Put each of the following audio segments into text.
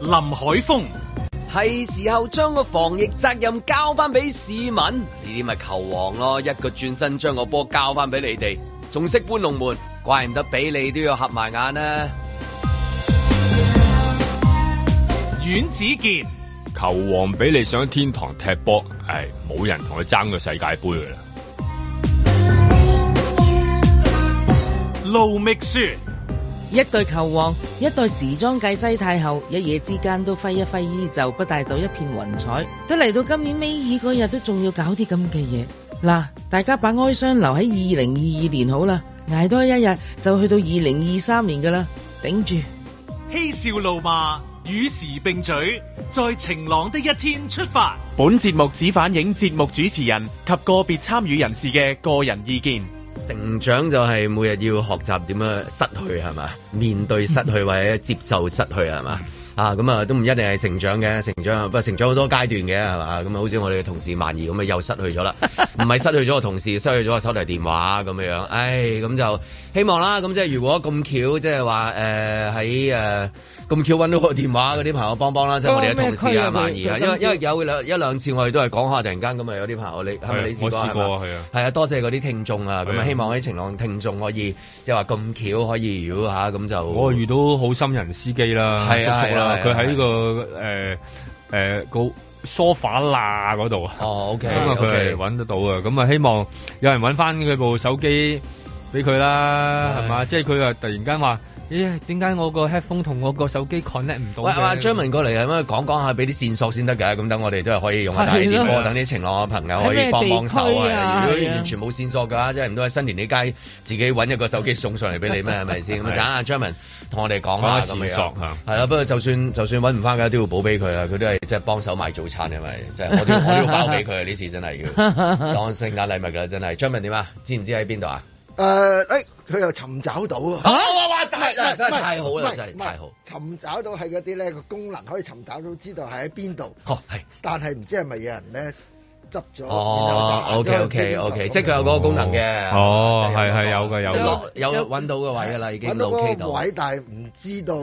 林海峰、係時候將個防疫責任交翻俾市民，呢啲咪球王咯，一個轉身將個波交翻俾你哋，仲識搬龍門，怪唔得俾你都要合埋眼啊啦、阮子健、球王俾你上天堂踢波，係冇人同佢爭個世界盃噶啦。盧覓雪。一對球王，一對時裝界西太后，一夜之間都揮一揮衣袖，不帶走一片雲彩。都嚟到今年尾二嗰日，都仲要搞啲咁嘅嘢。嗱，大家把哀傷留喺二零二二年好啦，捱多一日就去到二零二三年噶啦，頂住。嬉笑怒罵，與時並舉，在晴朗的一天出發。本節目只反映節目主持人及個別參與人士嘅個人意見。成長就係每日要學習點樣失去係嘛，面對失去或者接受失去係嗯嘛。啊，咁啊，都唔一定係成長嘅，成長不過成長好多階段嘅係嘛，咁啊，好似我哋嘅同事萬兒咁啊，又失去 咗啦，唔係失去咗個同事，失去咗個手提電話咁樣樣，唉，咁就希望啦，咁即係如果咁巧，即係話誒喺誒咁巧揾到個電話嗰啲朋友幫幫啦，即係我哋嘅同事啊，萬兒啊，因為因為有兩一兩次我哋都係講下，突然間咁啊有啲朋友你係咪你試過我試過係啊係啊，多謝嗰啲聽眾啊，咁係啊啊希望嗰啲晴朗聽眾可以即係話咁巧可以如果嚇咁就我遇到好心人司機啦，叔係啊叔啦，係佢啊係啊喺個誒誒個梳化罅嗰度啊，哦，OK，咁啊佢係 OK 揾得到啊，咁啊希望有人揾翻佢部手機俾佢啦，唉係嘛？即係佢啊突然間話：咦，點解我個 headphone 同我個手機 connect 唔到喂，阿嘅？張文過嚟係咪講講下，俾啲線索先得㗎？咁等我哋都係可以用下大係啲咯波，等啲晴朗嘅朋友可以幫幫手喺咩地區啊！啊如果係啊完全冇線索㗎，即係唔通喺新年呢街自己揾一個手機送上嚟俾你咩？係咪先？咁啊，係等阿張文同我哋講講下下咁線樣索嚇。係啦，不過就算就算揾唔翻嘅都要補俾佢啦。佢都係即係幫手買早餐係咪？即係我都要我都要包俾佢啊！呢次真係要當聖誕禮物㗎啦，真係。張文點啊？知唔知喺邊度啊？誒，誒，佢又尋找到啊！啊！哇哇！太喂真係太好啦，喂真係喂太好。尋找到係嗰啲咧個功能可以尋找到，知道係喺邊度，哦，係。但係唔知係咪有人咧執咗。哦，OK OK OK，即係佢有嗰個功能嘅。哦係係有嘅有即係嘅有有揾到嘅位㗎啦，已經揾到 locate 嗰到個。位，但係唔知道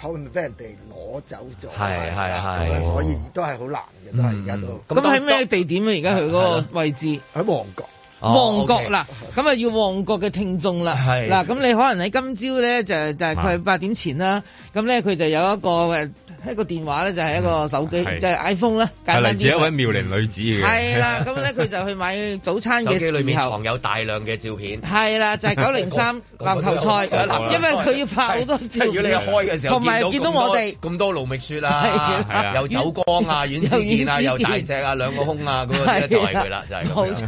可唔可以俾人哋攞走咗。係係係嗯咁樣啊所以都係好難嘅，都係而家都咁咁當喺咩地點啊？而家佢嗰個位置？喺旺角。哦旺角啦，啦，咁啊要旺角嘅聽眾啦，係嗱咁你可能喺今朝咧就大概八點前啦，咁咧佢就有一個誒一個電話咧就係一個手機，係就係 iPhone 啦，係簡單嚟自一啲位啦。妙齡女子嘅。係啦，咁 咧佢就去買早餐手嘅機裏面時藏候。有大量嘅照片。係啦，就係九零三個個籃都有球賽，個個都有因為佢要拍好多係即照係如果你一開嘅時候，同埋見見到咁到多我哋咁多盧覓雪係啦啊係，啊又走光 啊，阮子健啊，又阮子健大隻啊，兩個 胸啊，嗰個就係佢啦，就係咁冇樣錯，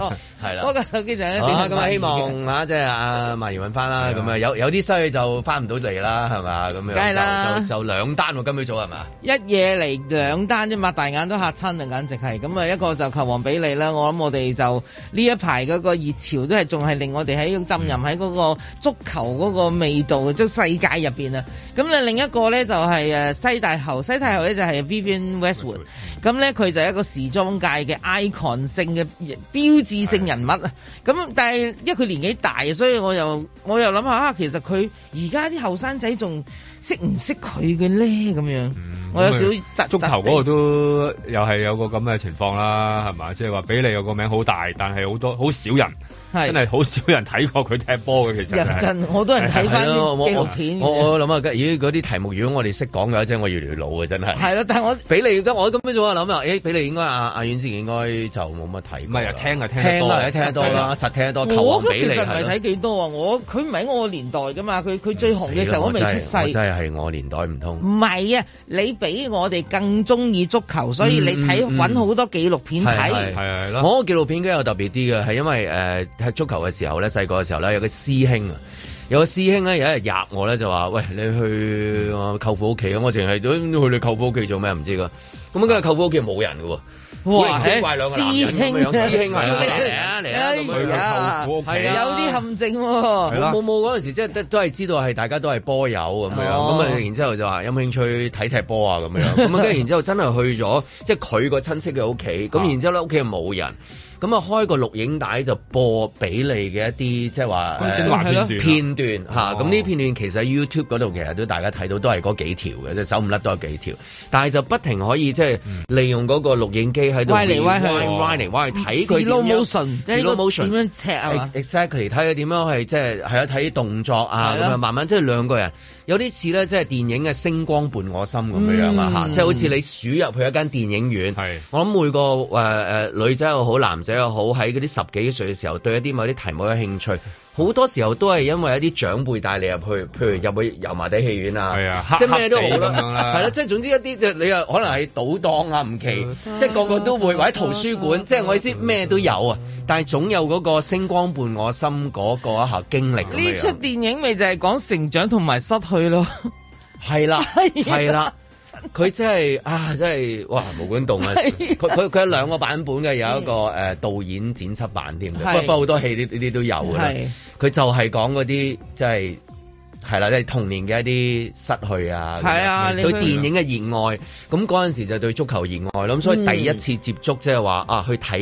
係啦嗰個手機就係一定啊係咁啊，希萬二嘅望啊，即係阿萬兒揾翻啦。咁啊，有有啲衰就翻唔到嚟啦，係嘛？咁樣梗係啦就就就兩單喎，今朝早係嘛？一夜嚟兩單啫，擘大眼都嚇親啊！簡直係咁啊！一個就球王比利啦，我諗我哋就呢一排嗰個熱潮都係仲係令我哋喺浸淫喺嗰個足球嗰個味道，即係世界入邊啊！咁咧另一個咧就係、誒西太后，西太后咧就係 Vivian Westwood，咁咧佢就係一個時裝界嘅 icon 性嘅標誌性人物啊！咁但係因為佢年紀大，所以我又我又諗下啊，其實佢而家啲後生仔仲識唔識佢嘅咧咁樣？嗯我有少咁窒足球嗰個度都又係有個咁嘅情況啦，係嘛？即係話比利有個名好大，但係好多好少人，真係好少人睇過佢踢波嘅。其實入係陣，我都人睇翻係咯啲我紀錄片我我嘅，我諗啊，咦嗰啲題目如果我哋識講嘅，即係我越嚟越老啊，真係。係咯，但係我俾你都我今朝早啊諗啊，誒俾你應該阿阿阮之健應該就冇乜睇過啦。唔係啊聽啊聽啊得聽多啦，聽得多啦，實聽得多。球我王其俾你實唔係係咯睇幾多啊，我佢唔喺我年代噶嘛，佢佢最紅嘅時候我未出世嗯死啦我真。係我真係係我年代唔通。唔係啊，你比我哋更中意足球，所以你睇嗯嗯嗯揾好多紀錄片係睇係。係係咯。我嗰個紀錄片應該有特別啲嘅，係因為誒、呃踢足球嘅時候咧，細個嘅時候咧，有個師兄啊，有個師兄咧有一日呃入呃我咧就話：喂，你去我舅父屋企咁，我淨係都去你舅父屋企做咩唔知㗎。咁跟住舅父屋企冇人嘅喎。哇！即係怪兩個男人咁樣師兄係啊嚟啊嚟啊咁樣啊，係啊有啲陷阱係喎。啦冇冇冇嗰陣時，即係都都係知道係大家都係波友咁樣，咁哦啊然之後就話有冇興趣睇踢波啊咁樣， 咁啊跟住然之後真係去咗即係佢個親戚嘅屋企，啊哦咁然之後咧屋企冇人，咁啊開個錄影帶就播俾你嘅一啲即係話咁精誒華片段啊片段嚇，哦咁呢片段其實 YouTube 嗰度其實都大家睇到都係嗰幾條嘅，即係手唔甩都有幾條，但係就不停可以即係利用嗰個錄影機喺度嗯歪嚟歪去歪嚟歪去睇佢點樣 motion，即係呢個 slow motion 點樣踢啊嘛？ exactly 睇佢點樣係即係係啊睇動作啊係咁咯樣慢慢即係兩個人有啲似咧即係電影嘅星光伴我心咁樣樣啊嚇，嗯即係好似你鼠入去一間電影院係，我諗每個誒誒、呃女仔又好男仔又好喺嗰啲十幾歲嘅時候對一啲某啲題目有興趣。好多時候都係因為一啲長輩帶你入去，譬如入去油麻地戲院啊，係啊即係咩都好黑黑地咁樣啦係啦，即係總之一啲就你又可能係賭檔啊、唔奇，嗯即係個個都會，或者圖書館，即係我意思咩都有啊，但係總有嗰個星光伴我心嗰個一下經歷咁樣呢出電影咪就係講成長同埋失去咯。係啦， 係啊係啦。佢真係啊，真係哇，毛管動啊！佢佢佢有兩個版本嘅，有一個誒、呃、導演剪輯版添嘅，係不不過好多戲呢呢啲都有嘅啦係。佢就係講嗰啲即係係啦，即係童年嘅一啲失去啊，係啊咁樣你對去電影嘅熱愛。咁嗰陣時就對足球熱愛咯，咁所嗯以第一次接觸即係話啊，去睇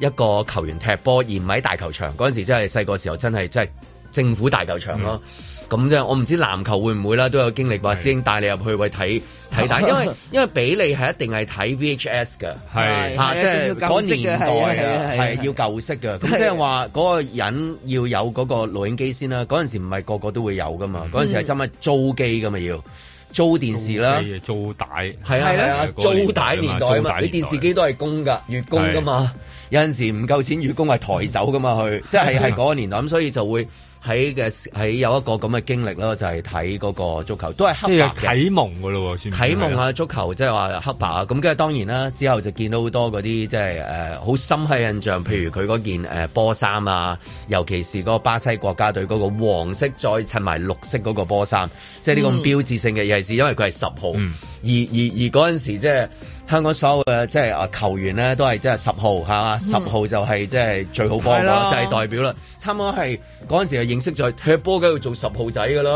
一個球員踢波，而唔喺大球場。嗰陣時真係細個時候真係真係政府大球場咯。嗯咁啫，我唔知籃球會唔會啦，都有經歷話係師兄帶你入去喂睇睇 大，因為因為比利係一定係睇 VHS 嘅。係係嚇，啊即係仲要舊嗰式嘅年代啊，係啊係啊係係啊要舊式嘅。咁即係話嗰個人要有嗰個錄影機先啦。嗰陣時唔係個個都會有噶嘛，嗰陣時係真係租機噶嘛，要租電視啦。租帶係啊係係啦啊，租帶年代啊嘛，你電視機都係供㗎，月供㗎嘛，有陣時唔夠錢月供係抬走㗎嘛，嗯佢即係係嗰個年代咁，所以就會喺嘅喺有一個咁嘅經歷咯，就係睇嗰個足球都係即黑白係嘅。啟蒙噶咯喎，算唔算啟蒙啊，足球即係話黑白啊，咁跟住當然啦，之後就見到好多嗰啲即係誒好深刻印象，譬如佢嗰件誒、呃波衫啊，尤其是嗰個巴西國家隊嗰個黃色再襯埋綠色嗰個波衫，即係呢個咁嗯標誌性嘅嘢是，因為佢係十號，嗯而而而嗰陣時即係。香港所有嘅即係啊球員咧，都係即係十號係嘛，十號就係即係最好波嗯係啦，啦就係代表啦。差唔多係嗰陣時就認識咗踢波梗係要做十號仔噶啦，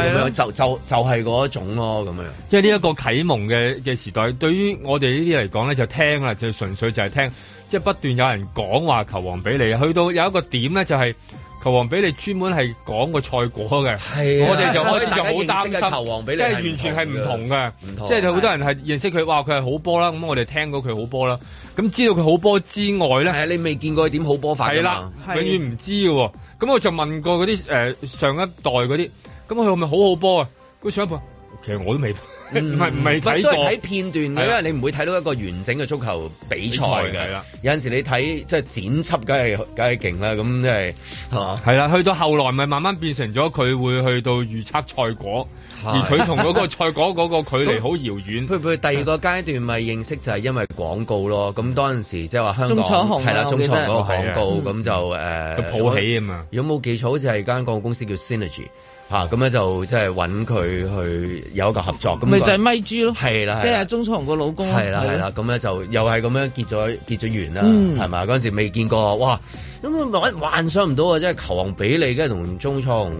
係咁啊樣就就就係嗰一種咯，咁樣。即係呢一個啟蒙嘅嘅時代，對於我哋呢啲嚟講咧，就聽啦，就純粹就係聽，即係不斷有人講話球王比利，去到有一個點咧，就係、球王比利專門係講個賽果嘅。係啊我哋就開始就好大擔家認心識嘅球王比利即係完全係唔同嘅。嘅唔，同即係好多人係認識佢，哇！佢係好波啦，咁我哋聽到佢好波啦，咁知道佢好波之外係咧，啊，你未見過佢點好波法係㗎啦嘛？，永係遠唔知嘅喎。咁我就問過嗰啲誒上一代嗰啲，咁佢係咪好好波啊？佢上一輩其實我都未，嗯 唔嗯係唔係睇都係過。睇片段係嘅，啦因為你唔會睇到一個完整嘅足球比比賽賽係嘅啦。有陣時你睇即係剪輯，梗係梗係勁啦，咁即係係嘛？係啦，去到後來咪慢慢變成咗佢會去到預測賽果，而係佢同嗰 個賽果嗰個距離好遙遠。佢佢第二個階段咪認識就係因為廣告咯，咁當陣時即係話香港中彩虹啊係啦，中彩虹嗰個廣我告記得咁就誒嗯啊佢抱起啊嘛。如果冇記錯，好似係間廣告公司叫 Synergy 嚇，咁咧就即係揾佢去有一個合作，咁咪就係咪豬咯，係啦，即係係啦鐘楚紅個老公哦啊咯係啦係啦，，咁咧就又係咁樣結咗結咗緣啦，嗯係嘛？嗰陣時未見過，哇！咁啊幻想唔到啊，即係球王比利，跟住同鍾楚紅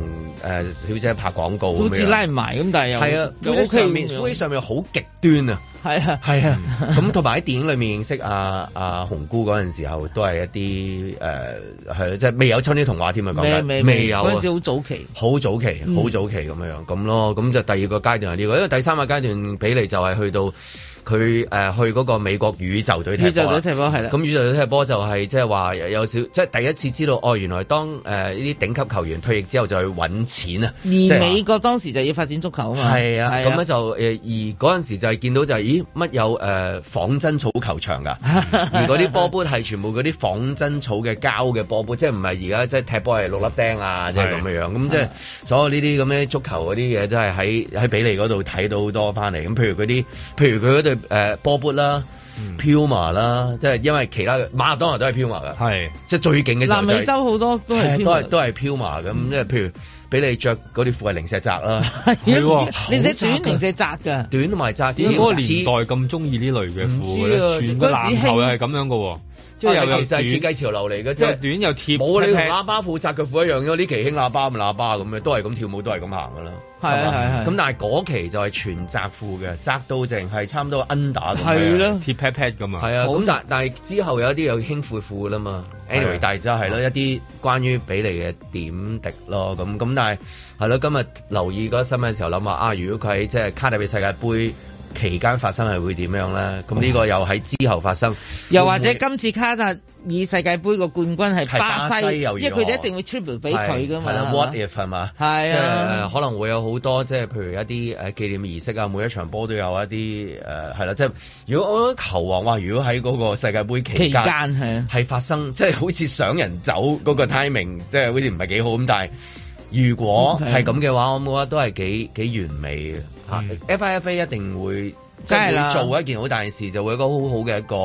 誒小姐拍廣告咁好似拉樣，唔埋咁，但係又係啊，又 Facebook OK 上面咁樣 Facebook 上面好極端 啊！係啊，係啊，咁同埋喺電影裏面認識阿阿紅姑嗰陣時候，都係一啲誒係即係未有《春天童話》添啊，講未緊未未有啊嗰陣時好早期，好早期，嗯好早期咁樣咁咯，咁就第二個階段係呢個，因為第三個階段比利就係去到佢誒、呃去嗰個美國宇宙隊踢波宇宙啦隊踢波係啦，咁宇宙隊踢波就係即係話有有少，即係第一次知道哦，原來當誒呢啲頂級球員退役之後就去揾錢啊，即係而話美國當時就要發展足球啊嘛，係啊，咁咧就誒而嗰陣時就係見到就係、咦乜有誒、呃仿真草球場 㗎，而嗰啲波波係全部嗰啲仿真草嘅膠嘅波波，即係唔係而家即係踢波係六粒釘啊，即係咁樣樣，咁即係所有呢啲咁嘅足球嗰啲嘢，真係喺喺比利嗰度睇到好多翻嚟，咁譬如嗰啲，譬如佢嗰對誒波波啦。Puma 啦，即係因為其他馬爾當拿都係 Puma 㗎，係即係最勁嘅時候南就係美洲好多都係啊係都係都係係 Puma 咁，即係譬如俾你着嗰啲褲係零舍窄啦，嗯 係啊喎你寫短零寫窄㗎。短同埋窄，點解超嗰個窄年代咁中意呢類嘅唔褲知啊咧？全個嗰陣籃時興球又係咁樣嘅喎，即係啊又有其實係設短計潮流嚟嘅，即又係。短又貼，冇啊！你同踢喇叭褲、窄腳褲一樣咯，呢期興喇叭咪喇叭咁嘅，都係咁跳舞，都係咁行噶啦。係啊嘛係啊係啊咁但係嗰期就係全窄褲嘅，窄到淨係差唔多 under 咁樣。係咯貼 pat pat 咁啊，係啊，好咁但但係之後有一啲有輕褲褲啦嘛係啊，anyway，但係就係咯啊一啲關於比利嘅點滴咯，咁咁但係係咯，今日留意嗰個新聞嘅時候諗下啊，如果佢喺即係卡塔比世界盃期間發生係會點樣咧？咁呢個又喺之後發生，又或者會唔會今次卡塔爾世界盃個冠軍係係巴巴西，西又如何因為佢哋一定會 tribute 俾佢㗎嘛。係啦係嘛，what if 係嘛？係即啊係，呃誒可能會有好多即係譬如一啲誒紀念儀式啊，每一場波都有一啲誒係啦，即係如果我覺得球王哇，如果喺嗰個世界盃期期間嗯間係啊。係發生，即係好似想人走嗰個 timing，即係好似唔係幾好咁，但係。如果嗯啊係咁嘅話，我覺得都係幾幾完美嘅嚇。嗯 FIFA 一定會即梗係啦係會做一件好大件事，就會有一個好好嘅一個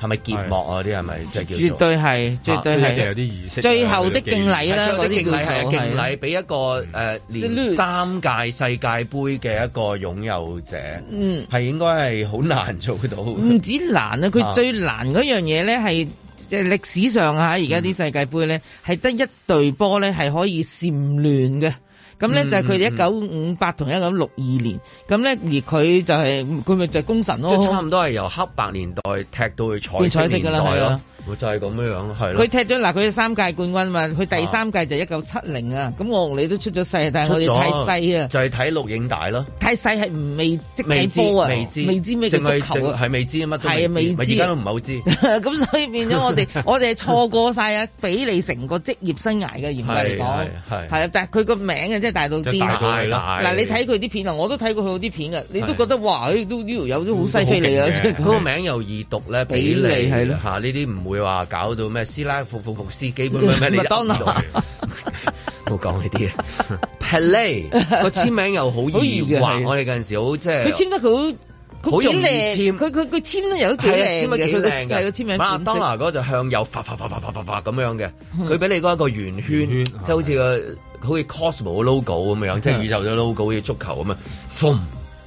係咪結幕啊？嗰啲係咪即係叫做啊絕對係，絕對即係有啲係。儀式啊。最後的敬禮係啦最後嗰啲啲敬禮叫係啊做敬係禮，俾一個誒 Salute 連三屆世界盃嘅一個擁有者，嗯，係應該係好難做到。唔止難啊，佢啊最難嗰樣嘢咧係。即係歷史上啊，而家啲世界盃咧係得一隊波咧係可以蟬亂嘅，咁咧嗯就係佢哋一嗯九五八同一九六二年，咁咧而佢就係呃佢咪就係功臣即係差咯，唔多係由黑白年代踢到去變彩彩色色㗎年啦代係咯啊，就係咁樣樣係咯啊佢。踢咗嗱佢三屆冠軍嘛，佢第三屆就一九七零啊，咁我同你都出咗世，但係我哋出咗太細啊，就係睇錄影帶咯，太細係唔未識未睇知波啊，未知未知咩叫淨係足球啊淨。係未知乜都係啊未未知，知咪而家都唔係好知。 咁所以變咗我 哋，我哋係錯過晒啊！比利成個職業生涯嘅嚴格嚟係講係，係係啊，但係佢個名啊，真係大到即係大癲。到係啦。大嗱，你睇佢啲片啊，我都睇過佢啲片啊嘅，你都係覺得哇，誒都呢條友都好西非你啊！嗯都好勁即嘅係嗰咁個名又易讀咧，比比利利係係咯啦嚇，呢啲唔會話搞到咩斯拉夫服服斯基本咩 咩，你麥當勞啊冇講呢啲啊。Pele 個簽名又好易 好易嘅係啊畫，我哋嗰陣時好即係佢簽得佢好，好佢容幾易靚，啊簽佢佢佢簽得又都幾係啊靚簽得嘅，幾佢個靚嘅，係個簽名麥當款娜嗰個就向右發發發發發發發咁樣嘅，佢俾你嗰一個圓圈，圓圈即係好似個好似 Cosmo 嘅 logo 咁樣，即係宇宙嘅 logo 好似足球咁啊，風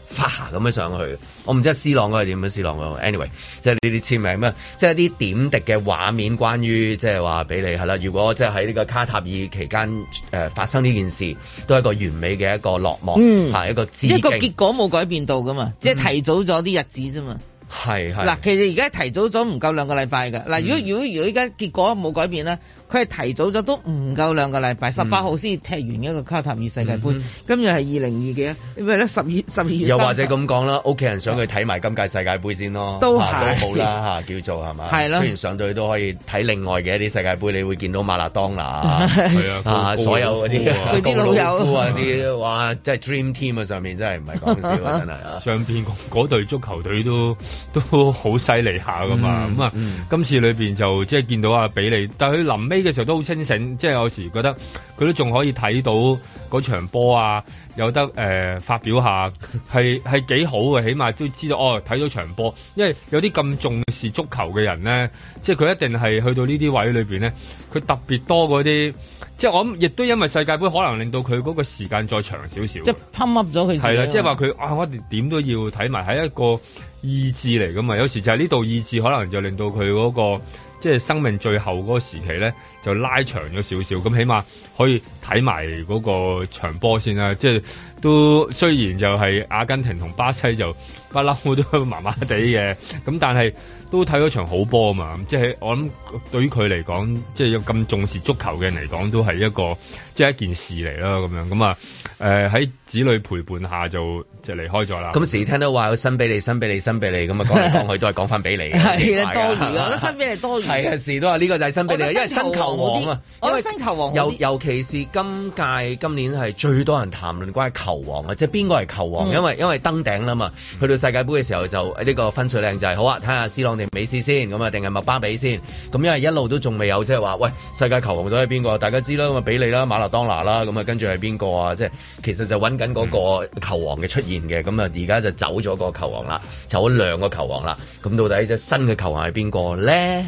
發咁樣上去。我唔知 C 朗嗰係點樣，C 朗嗰個 anyway，即係呢啲簽名咩，即係啲點滴嘅畫面，關於即係話俾你係啦。如果即係喺呢個卡塔爾期間誒、呃、發生呢件事，都係一個完美嘅一個落幕，嗯係一個致式，一個敬結，果冇改變到噶嘛，只嗯係提早咗啲日子啫嘛。係係嗱，其實而家提早咗唔夠兩個禮拜㗎。嗱，如果如果如果而家結果冇改變咧，佢係提早咗都唔夠兩個禮拜，十八號先踢完一個卡塔爾世界盃嗯，今日係二零二幾啊？咩咧？十二十二月又或者30咁講啦，屋企人想佢睇埋今屆世界盃先咯，都係嚇都好啦嚇，叫做係嘛？係啦雖然上到去都可以睇另外嘅一啲世界盃，你會見到馬拉當拿 啊係啊高啊，高所有嗰啲高啊佢啲老友高啊啲，哇！ 真係 dream team 啊，上面真係唔係講笑 啊，真係啊！上邊嗰嗰隊足球隊都都好犀利下噶嘛，嗯咁啊、嗯今次裏邊就即係見到阿比利，但係佢臨尾嘅時候都好清醒，即係有時覺得佢都仲可以睇到嗰場波啊，有得誒、呃、發表 下，係係幾好嘅，起碼都知道哦睇到場波，因為有啲咁重視足球嘅人咧，即係佢一定係去到呢啲位裏邊咧，佢特別多嗰啲，即係我諗亦都因為世界盃可能令到佢嗰個時間再長少少即。係 pump up 咗佢自己係啦，即係話嘛佢啊，我哋點都要睇埋，係一個意志嚟噶嘛。有時就係呢度意志，可能就令到佢嗰、個即係生命最後嗰個時期咧，就拉長咗少少。咁起碼可以睇埋嗰個場波先啦。即係都雖然就係阿根廷同巴西就不嬲都麻麻地嘅，咁但係都睇咗場好波啊嘛。即係我諗對於佢嚟講，即係有咁重視足球嘅人嚟講，都係一個即係一件事嚟啦。咁樣咁啊，誒、喺子女陪伴下就就離開咗啦。咁時 聽到話有新比利、新比利、新比利咁啊，講嚟講去都係講翻比利嘅， 係好啊奇怪多㗎餘嘅，我覺得身邊係多餘嘅。係啊，時都話呢個就係新比利，因為新球王啊，我因覺為得新球王好啲我尤覺得新球王好啲尤其是今屆今年係最多人談論關於球王啊，即係邊個係球王？嗯因為因為登頂啦嘛，去到世界盃嘅時候就呢、個分水嶺就係、好啊，睇下斯朗定美斯先，咁啊定係麥巴比先。咁因為一路都仲未有即係話，喂世界球王到底係邊個？大家知啦，咁啊比利啦、馬拉當拿啦，咁啊跟住係邊個啊？即係其實就揾緊嗰嗯個球王嘅出現嘅，咁啊而家就走咗個球王啦，走咗兩個球王啦。咁到底隻新嘅球王係邊個咧？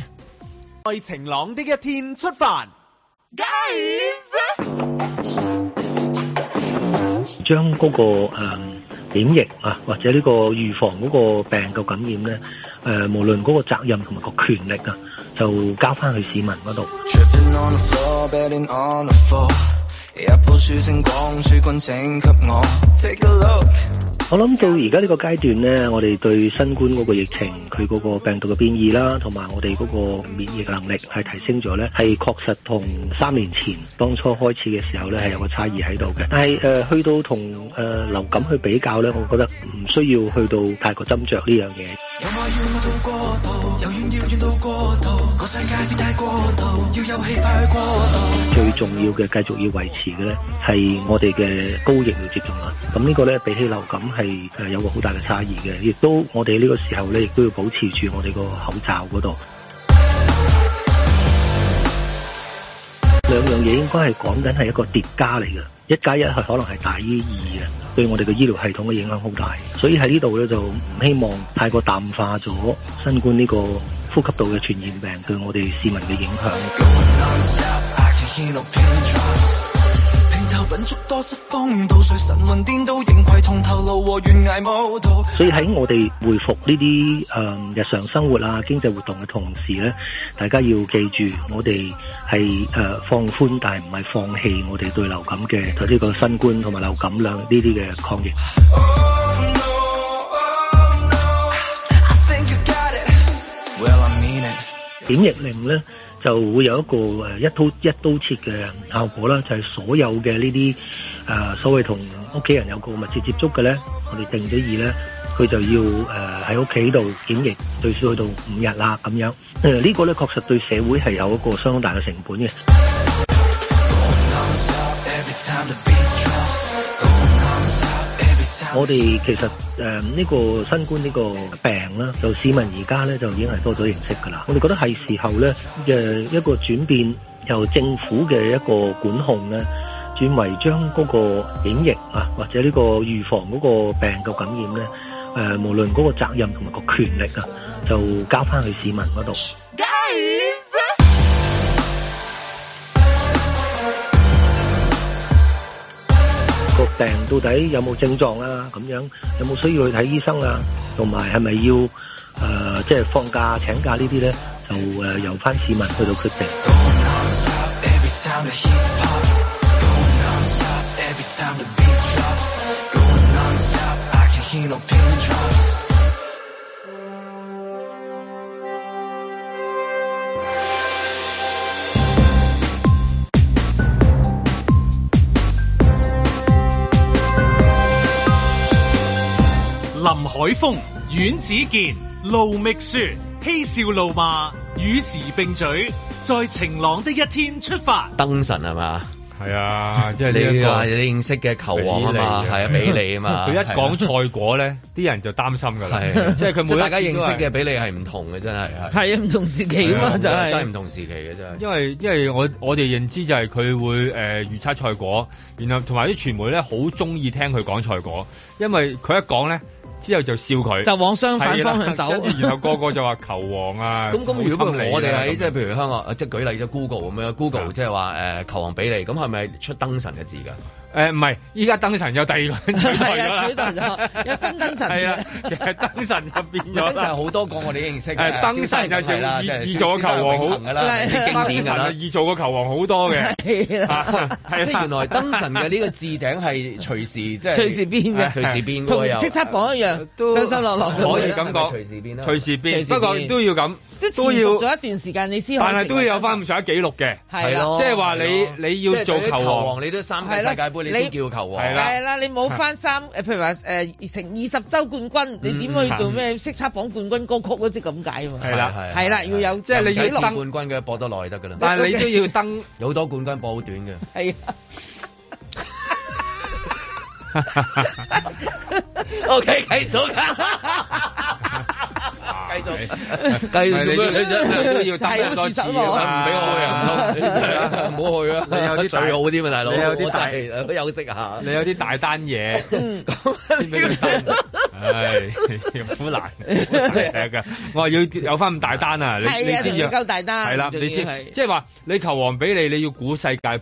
在晴朗的一天出發。 Guys，將嗰、個誒、嗯檢疫啊，或者呢個預防嗰個病嘅感染咧，誒、無論嗰個責任同埋個權力啊，就交翻去市民嗰度。 Tripping on the floor, betting on the floor. 一鋪輸精光，輸棍請給我。Take a look，我諗到而家呢個階段呢，我哋對新冠嗰個疫情佢嗰個病毒嘅變異啦，同埋我哋嗰個免疫能力係提升咗呢，係確實同三年前當初開始嘅時候呢係有個差異喺度嘅。但 係誒、呃去到同誒、呃流感去比較呢，我覺得唔需要去到太過斟酌呢樣嘢。最重要嘅繼續要維持嘅呢，係我哋嘅高疫苗接種率。咁呢個呢，比起流感係誒有個好大嘅差異嘅，亦都我哋呢個時候呢，亦都要保持住我哋個口罩嗰度。兩樣嘢應該係講緊係一個疊加嚟嘅，一加一係可能係大於二嘅，對我哋嘅醫療系統嘅影響好大。所以喺呢度呢，就唔希望太過淡化咗新冠呢個呼吸道嘅傳染病對我哋市民嘅影響。 I can hear no pin drops。平頭品足多失風，倒水神魂顛倒，仍攜同頭路和懸崖舞蹈。所以喺我哋回復呢啲誒日常生活啊、經濟活動嘅同時咧，大家要記住，我哋係誒放寬，但係唔係放棄我哋對流感嘅呢個新冠同埋流感兩呢啲嘅抗疫。 I think you got it. Well, I mean it. 檢疫令咧就會有一個誒一刀一刀切嘅效果啦，就係、所有嘅呢啲誒呃所謂同屋企人有個密切接觸嘅咧，我哋定咗義咧，佢就要誒喺屋企度檢疫，最少去到五日啦咁樣。誒、呢個咧確實對社會係有一個相當大嘅成本嘅。 Every time the beat drops. Going non-stop every time. 我哋其實呃誒呢、個新冠呢個病啦，就市民而家咧就已經係多咗認識㗎啦。我哋覺得係時候咧嘅一個轉變，由政府嘅一個管控咧，轉為將嗰個檢疫啊，或者呢個預防嗰個病嘅感染咧，誒、呃無論嗰個責任同埋個權力啊，就交翻去市民嗰度。個病到底有冇症狀啊？咁樣有冇需要去睇醫生啊？同埋係咪要誒、呃即係放假請假呢啲咧？就誒、呃由翻市民去到決定。 Going non-stop every time the heat pops. Going non-stop every time the beat drops. Going non-stop, I can hear no pin drops. 林海峰、阮子健、路觅雪，嬉笑怒罵，與時並舉，在晴朗的一天出發。燈神係嘛？係啊，即係呢一你 話個你認識嘅球王啊嘛，比利係啊，比利 啊嘛。佢一係講賽果咧，啲人就擔心㗎啊啦係，， 即係佢每一大家次認都係識嘅比利係唔同嘅，真係係係啊，唔同時期啊嘛，就真係係唔同時期嘅真係。因為因為我我哋認知就係佢會誒、呃、預測賽果，然後同埋啲傳媒咧好中意聽佢講賽果，因為佢一講咧之後就笑佢，就往相反係啦方向走。跟住然後個個就話球王 啊，咁咁，如果好心理啊我哋喺咁即係譬如香港，即係舉例咗 Google 咁樣，Google 啊即係話誒球王比利，咁係咪出燈神嘅字㗎？誒唔係，依家燈神有第二個取代係啊咗取代咗有新燈神係啊，其實燈神就變燈咗神啦。好多個我哋認誒識嘅，燈神就係啦，即係易易做球王好㗎啦，係經典㗎燈啦神。易做過球王好多嘅，係啦，啊 係即係原來燈神嘅呢個字頂係 隨時即係隨時變 嘅隨時變同㗎又叱咤榜一樣，都上上落落咁樣可以咁係咪講隨時變啦。隨時變，隨時不過變都要咁都，持都續要咗，一段時間，你先可以但係成都為要有燈翻神咁上下記錄嘅。係啦係。咯即係話你係咯你要做即係球王你球王，你都三屆係啦世界盃，你先叫球王。係啦嗯係啦，你冇翻三誒，譬如話誒成二十週冠軍，你點可以做咩叱咤榜冠軍歌曲嗰即咁解啊嘛？係啦係啦，要有即係你記要錄登要冠軍嘅播得耐得㗎啦。但係你都要登，有好多冠軍播好短嘅，係啊。O K，繼續啊繼續。繼續做咩你你都要登係好多事次實啊啊嘛嘛唔俾我去啊！唔好去啊！ 你有啲大 最好啲嘛，大佬，你有啲我大真係休息下。你有啲大單嘢先俾佢登，唉，好難，好難嘅。我話要有翻咁大單啊，你你係啊，仲先要要夠大單。係啦，仲要你先係即係話你球王俾你，你要估世界盃，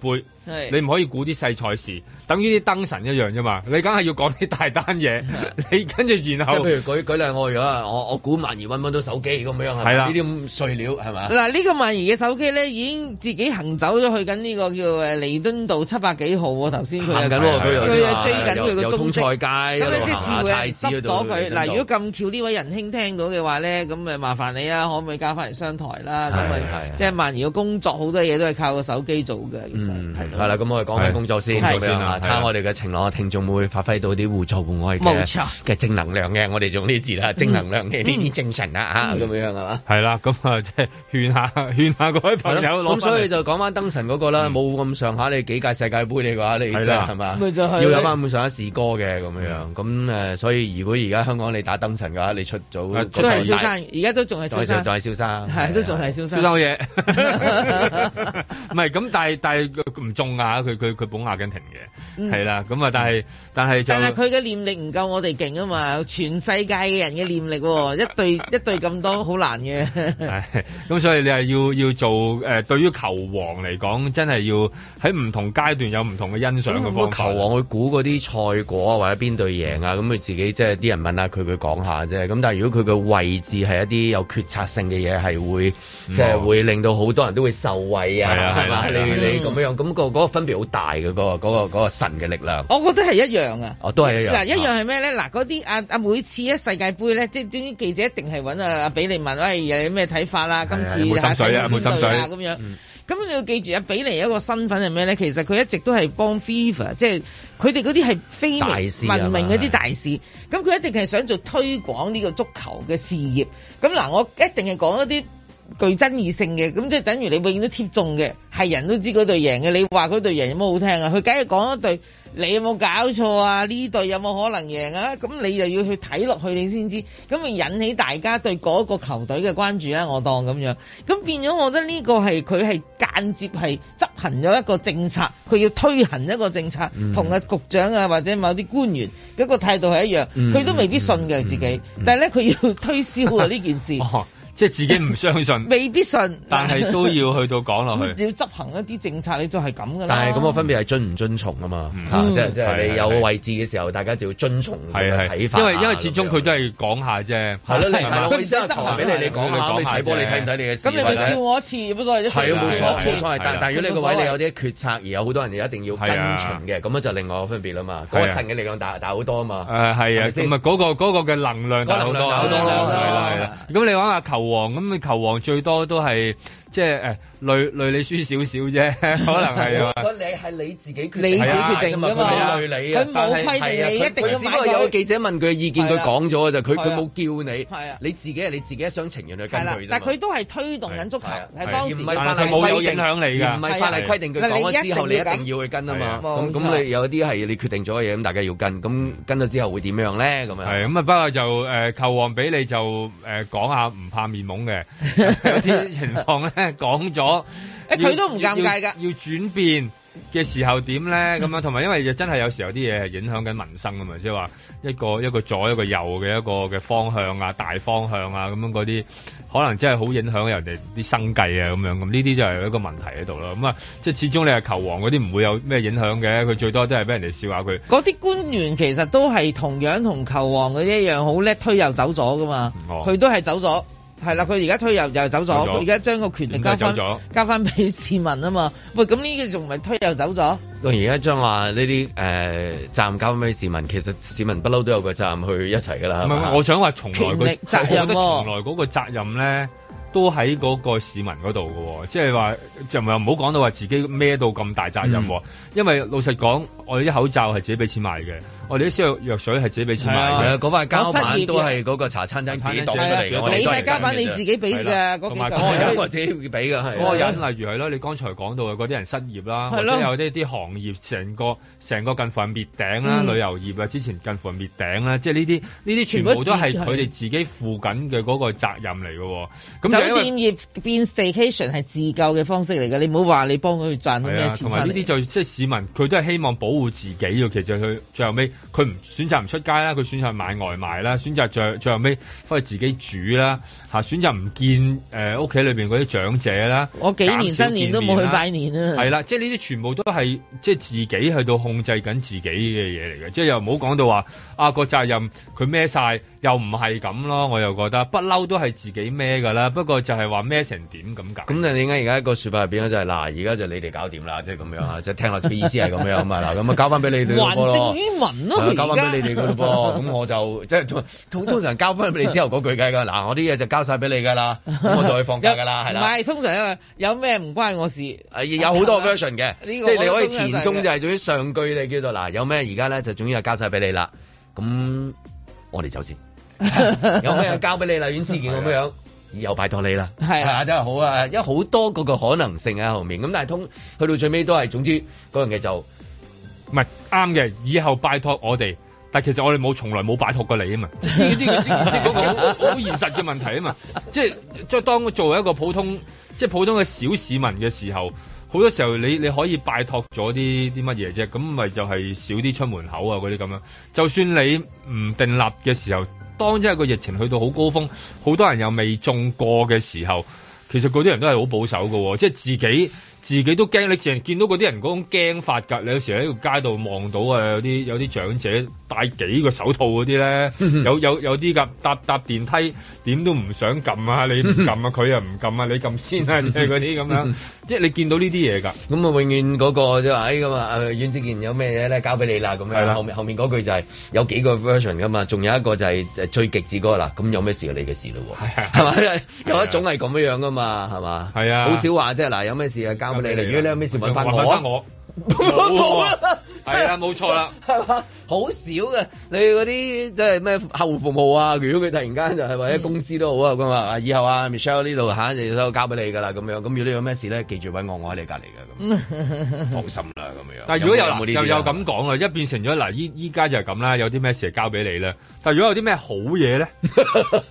係你唔可以估啲細賽事，等於啲燈神一樣啫嘛。你梗係要講啲大單嘢，你跟住然即係後譬如舉舉例，我如果啊我我估萬兒揾唔揾到手機咁樣係咪係啦呢啲咁碎料係嘛？嗱，呢個萬兒嘅手機咧已經自己行走咗去緊呢個叫誒彌敦道七百幾號喎，頭先佢行緊又喎，佢又追追緊佢個有蹤通菜跡。街，咁你即係似乎有人執咗佢。嗱，如果咁咁巧呢位仁兄聽到嘅話咧，咁誒麻煩你啊，可唔可以交翻嚟商台啦？咁係啊係，即係萬兒嘅工作好多嘢都係靠個手機做嘅，其實嗯，係咯係啦，咁我哋講翻工作先係咁樣啊，係睇下我哋嘅晴朗嘅聽眾會唔會發揮到啲互助互愛嘅冇錯嘅正能量嘅，我哋用呢啲字啦，正能量嘅呢啲精神啊啦嚇，咁樣係嗯嘛？係啦，咁啊即係勸下勸下各位朋係友咯攞咁返所以嚟。就講翻燈神嗰個啦，冇咁上下你幾屆世界盃你嘅話，你真係係啦係嘛？咪就係要咯有翻咁上下士哥嘅咁樣，咁誒，所以如果而家香港你打燈神嘅話，你出早啊都係小生，而家都仲係小生就，係小生，係都仲係小少生。 收啊嘢， 唔係咁，但係但係佢唔中啊！佢佢佢捧阿根廷嘅，嗯係啦，咁啊，但係但係就但係佢嘅念力唔夠我哋勁啊嘛，全世界嘅人嘅念力喎，一 對一對咁多好難嘅。 係咁所以你係要要做誒、呃，對於球王嚟講，真係要喺唔同階段有唔同嘅欣賞嘅咁方個法。啊球王去估嗰啲賽果啊，或者邊隊贏啊，咁佢自己即係啲人問下佢，佢講下啫。咁但係如果佢嘅位置係一啲有決策性嘅嘢，係會即係會令到好多人都會受惠嗯係啊，啊係嘛？係你啦係啦你咁樣，咁個嗰個分別好大嘅嗰個嗰個嗰個神嘅力量，我覺得係一樣啊。哦都係一樣。嗱，一樣係咩咧？嗱，嗰啲啊啊，每次一世界盃咧，即係啲記者一定係揾啊阿比利問，喂，有咩睇法啦？今次係啊冇心水啊睇邊隊冇心水，咁樣。咁你要記住，阿比利有一個身份係咩咧？其實佢一直都係幫 FIFA，即係佢哋嗰啲係非明大使啊文明係嗰啲大使。咁佢一定係想做推廣呢個足球嘅事業。咁嗱，我一定係講一啲。具爭議性嘅，咁即係等於你永遠都貼中嘅，係人都知嗰隊贏嘅。你話嗰隊贏有乜好聽啊？佢梗係講一隊，你有冇搞錯啊？呢隊有冇可能贏啊？咁你就要去睇落去，你先知，咁咪引起大家對嗰個球隊嘅關注啊啦。我當咁樣，咁變咗，我覺得呢個係佢係間接係執行咗一個政策，佢要推行一個政策，嗯同阿局長啊或者某啲官員嗰個態度係一樣，嗯佢都未必信嘅自己，但係咧佢要推銷啊呢件事 哦，即係自己唔 相信，未必信，但係都要去到講落去。 要執行一啲政策，你就係咁噶啦。但係咁個分別係遵唔遵從啊嘛，嗯嚇即係即係係你係有係位置嘅時候，大家就要遵從佢係嘅睇係，法啊。因為因為始終佢咁樣都係講下啫，係咯，你係嘛係佢咯，唔意使思係執行球俾你，你講下，佢講你下睇波，啫你睇唔睇你嘅事？咁你咪或者笑我一次，冇所謂啫。係啊，冇所係謂，冇啊所謂。但係啊但如果你個位冇所謂你有啲決策，而有好多人哋一定要跟係啊從嘅，咁樣就另外一個分別啦嘛。係嗰啊個神嘅力量大大好多啊嘛。誒係係啊，咪先咁啊嗰個嗰個嘅能量大好多，啊嗰個能量大好多咯係啦係啦。咁你玩下球王，咁你球王最多都係即係誒累累你輸少少啫， 可能係啊。嗰你係你自己決定，你自己決定㗎嘛係啊佢冇累你啊佢冇但係規定你係啊一定佢要只買不過有佢個記者問佢嘅意見，係佢啊講咗就佢係佢啊冇叫你，係啊你自己係你自己一廂情願去跟係啦佢啫，嘛但係佢都係推動緊足球，係啊係當時而唔係法但例係冇有規定影響你㗎而唔係法例規定佢係啊講咗之後，嗱你你一一定要定要去跟啊嘛。係啊咁冇錯咁你有啲係你決定咗嘅嘢，咁大家要跟。咁跟咗之後會點樣咧？咁樣係咁啊，不過就誒、呃球王俾你就誒、呃、講下唔怕面懵 嘅，有啲情況咧講咗，誒佢都唔尷尬㗎要要轉變嘅時候點咧咁啊樣，同埋因為真係有時候啲嘢係影響緊民生啊嘛，即係話一個一個左一個右嘅一個嘅方向啊、大方向啊咁樣嗰啲，可能真係好影響人哋啲生計啊咁樣，咁呢啲就係一個問題喺度啦。咁啊，即係始終你係球王嗰啲唔會有咩影響嘅，佢最多都係俾人哋笑下佢。嗰啲官員其實都係同樣同球王嗰啲一樣，好叻推又走咗噶嘛，哦佢、都係走咗。係啦，佢而家推又又走咗，走咗佢而家將個權力交點解翻走咗交翻俾市民啊嘛。喂，咁呢個仲唔係推又走咗？喂，而家將話呢啲誒責任交翻俾市民，其實市民不嬲都有個責任去一齊㗎啦。唔係嘛係， 我想話從來權力佢，責任我覺得喎從來嗰個責任咧，都喺嗰個市民嗰度嘅喎，即係話就唔係唔好講到話自己孭到咁大責任喎，嗯因為老實講，我哋啲口罩係自己俾錢買嘅，我哋啲消毒藥水係自己俾錢買係啊，嘅。嗰塊膠我失業板嘅都係嗰個茶餐廳自己度出嚟係嘅。啊我哋你都塊係膠咁板嘅你啫自己俾係啦㗎，嗰幾同埋哦，有一嚿個自己要俾㗎，係嗰個啊。人，例如係咯，你剛才講到嘅嗰啲人失業啦，係或咯者有啲啲行業成個成個近乎係滅頂啦，嗯旅遊業啊，之前近乎係滅頂啦，即係呢啲呢啲全全部部都係自佢哋自己負緊嘅嗰個責任嚟嘅喎。咁走因酒為店業變 station 係自救嘅方式嚟嘅，你唔好話你幫佢去賺到係咩啊，錢同埋翻呢啲嚟。就即係市民，佢都係希望保護自己嘅。其實佢最後尾，佢唔選擇唔出街啦，佢選擇買外賣啦，選擇最最後尾翻去自己煮啦，嚇、選擇唔見誒屋企裏邊嗰啲長者啦。我幾年新年都冇去拜年啊。係啦，即係呢啲全部都係即係自己去到控制緊自己嘅嘢嚟嘅，即係又唔好講到話啊個責任佢孭晒，又唔係咁咯。我又覺得不嬲都係自己孭㗎啦，不過就係話孭成點咁解。咁但係點解而家個説法入邊就係嗱，而家就你哋搞掂啦，即係咁樣啊，即係聽落去嘅意思係咁樣啊嘛，嗱咁啊交翻俾你哋還嗰個咯政於民咯，係啊交而翻俾家你哋嗰度噃，咁我就即係通通常交翻俾你之後嗰句計㗎，嗱我啲嘢就交晒俾你㗎啦，咁我就去放假㗎啦，係唔啦。係通常因為有咩唔關我事。誒有好多 version 嘅，呢即係個你可以我都覺得填中就係總之上句你叫做嗱有咩而家咧就總之係交晒俾你啦，咁我哋走先， 有咩交俾你啦，阮之健咁樣。又啊拜託你啦，係啊真係好啊，因為好多嗰個可能性喺啊後面，咁但係通去到最尾都係總之嗰樣嘢就嗯唔係啱嘅，以後拜託我哋。但其實我哋冇，從來冇拜託過你啊嘛，即係呢個即係嗰個好好現實嘅問題啊嘛，即係即係當我作為一個普通即係普通嘅小市民嘅時候，好多時候你你可以拜託咗啲啲乜嘢啫，咁咪就係少啲出門口啊嗰啲咁樣。就算你唔定立嘅時候，當真係個疫情去到好高峰，好多人又未中過嘅時候。其實嗰啲人都係好保守嘅喎、即係自己自己都驚，你淨係見到嗰啲人嗰種驚法㗎。你有時喺個街度望到啊，有啲有啲長者戴幾個手套嗰啲咧，有有有啲㗎，搭搭電梯點都唔想撳啊，你唔撳啊，佢又唔撳啊，你撳先啊，即係嗰啲咁樣，即係你見到呢啲嘢㗎。咁啊，永遠嗰個即係話，哎咁啊，誒阮志健有咩嘢咧，交俾你啦咁係樣。啦後面後面嗰句就係有幾個 version 噶嘛，仲有一個就係誒最極致嗰個啦。咁有咩事啊？你嘅事咯係啊喎，係嘛？有一種係咁樣樣噶嘛，係嘛？係啊好少話即係嗱，有咩事啊交俾你啦。如果你有咩事揾翻揾返我， 我，冇啊係啦，冇錯啦。係嘛？好少嘅，你嗰啲即係咩客戶服務啊？如果佢突然間就係或者公司都好啊咁啊，以後啊 Michelle 呢度嚇就都交俾你㗎啦咁樣。咁如果你有咩事咧，記住揾我，我喺你隔離㗎咁。放心啦咁樣。但係如果有冇呢啲又啊有咁講啦，一變成咗嗱，依依家就係咁啦，有啲咩事就交俾你啦。但係如果有啲咩好嘢 咧，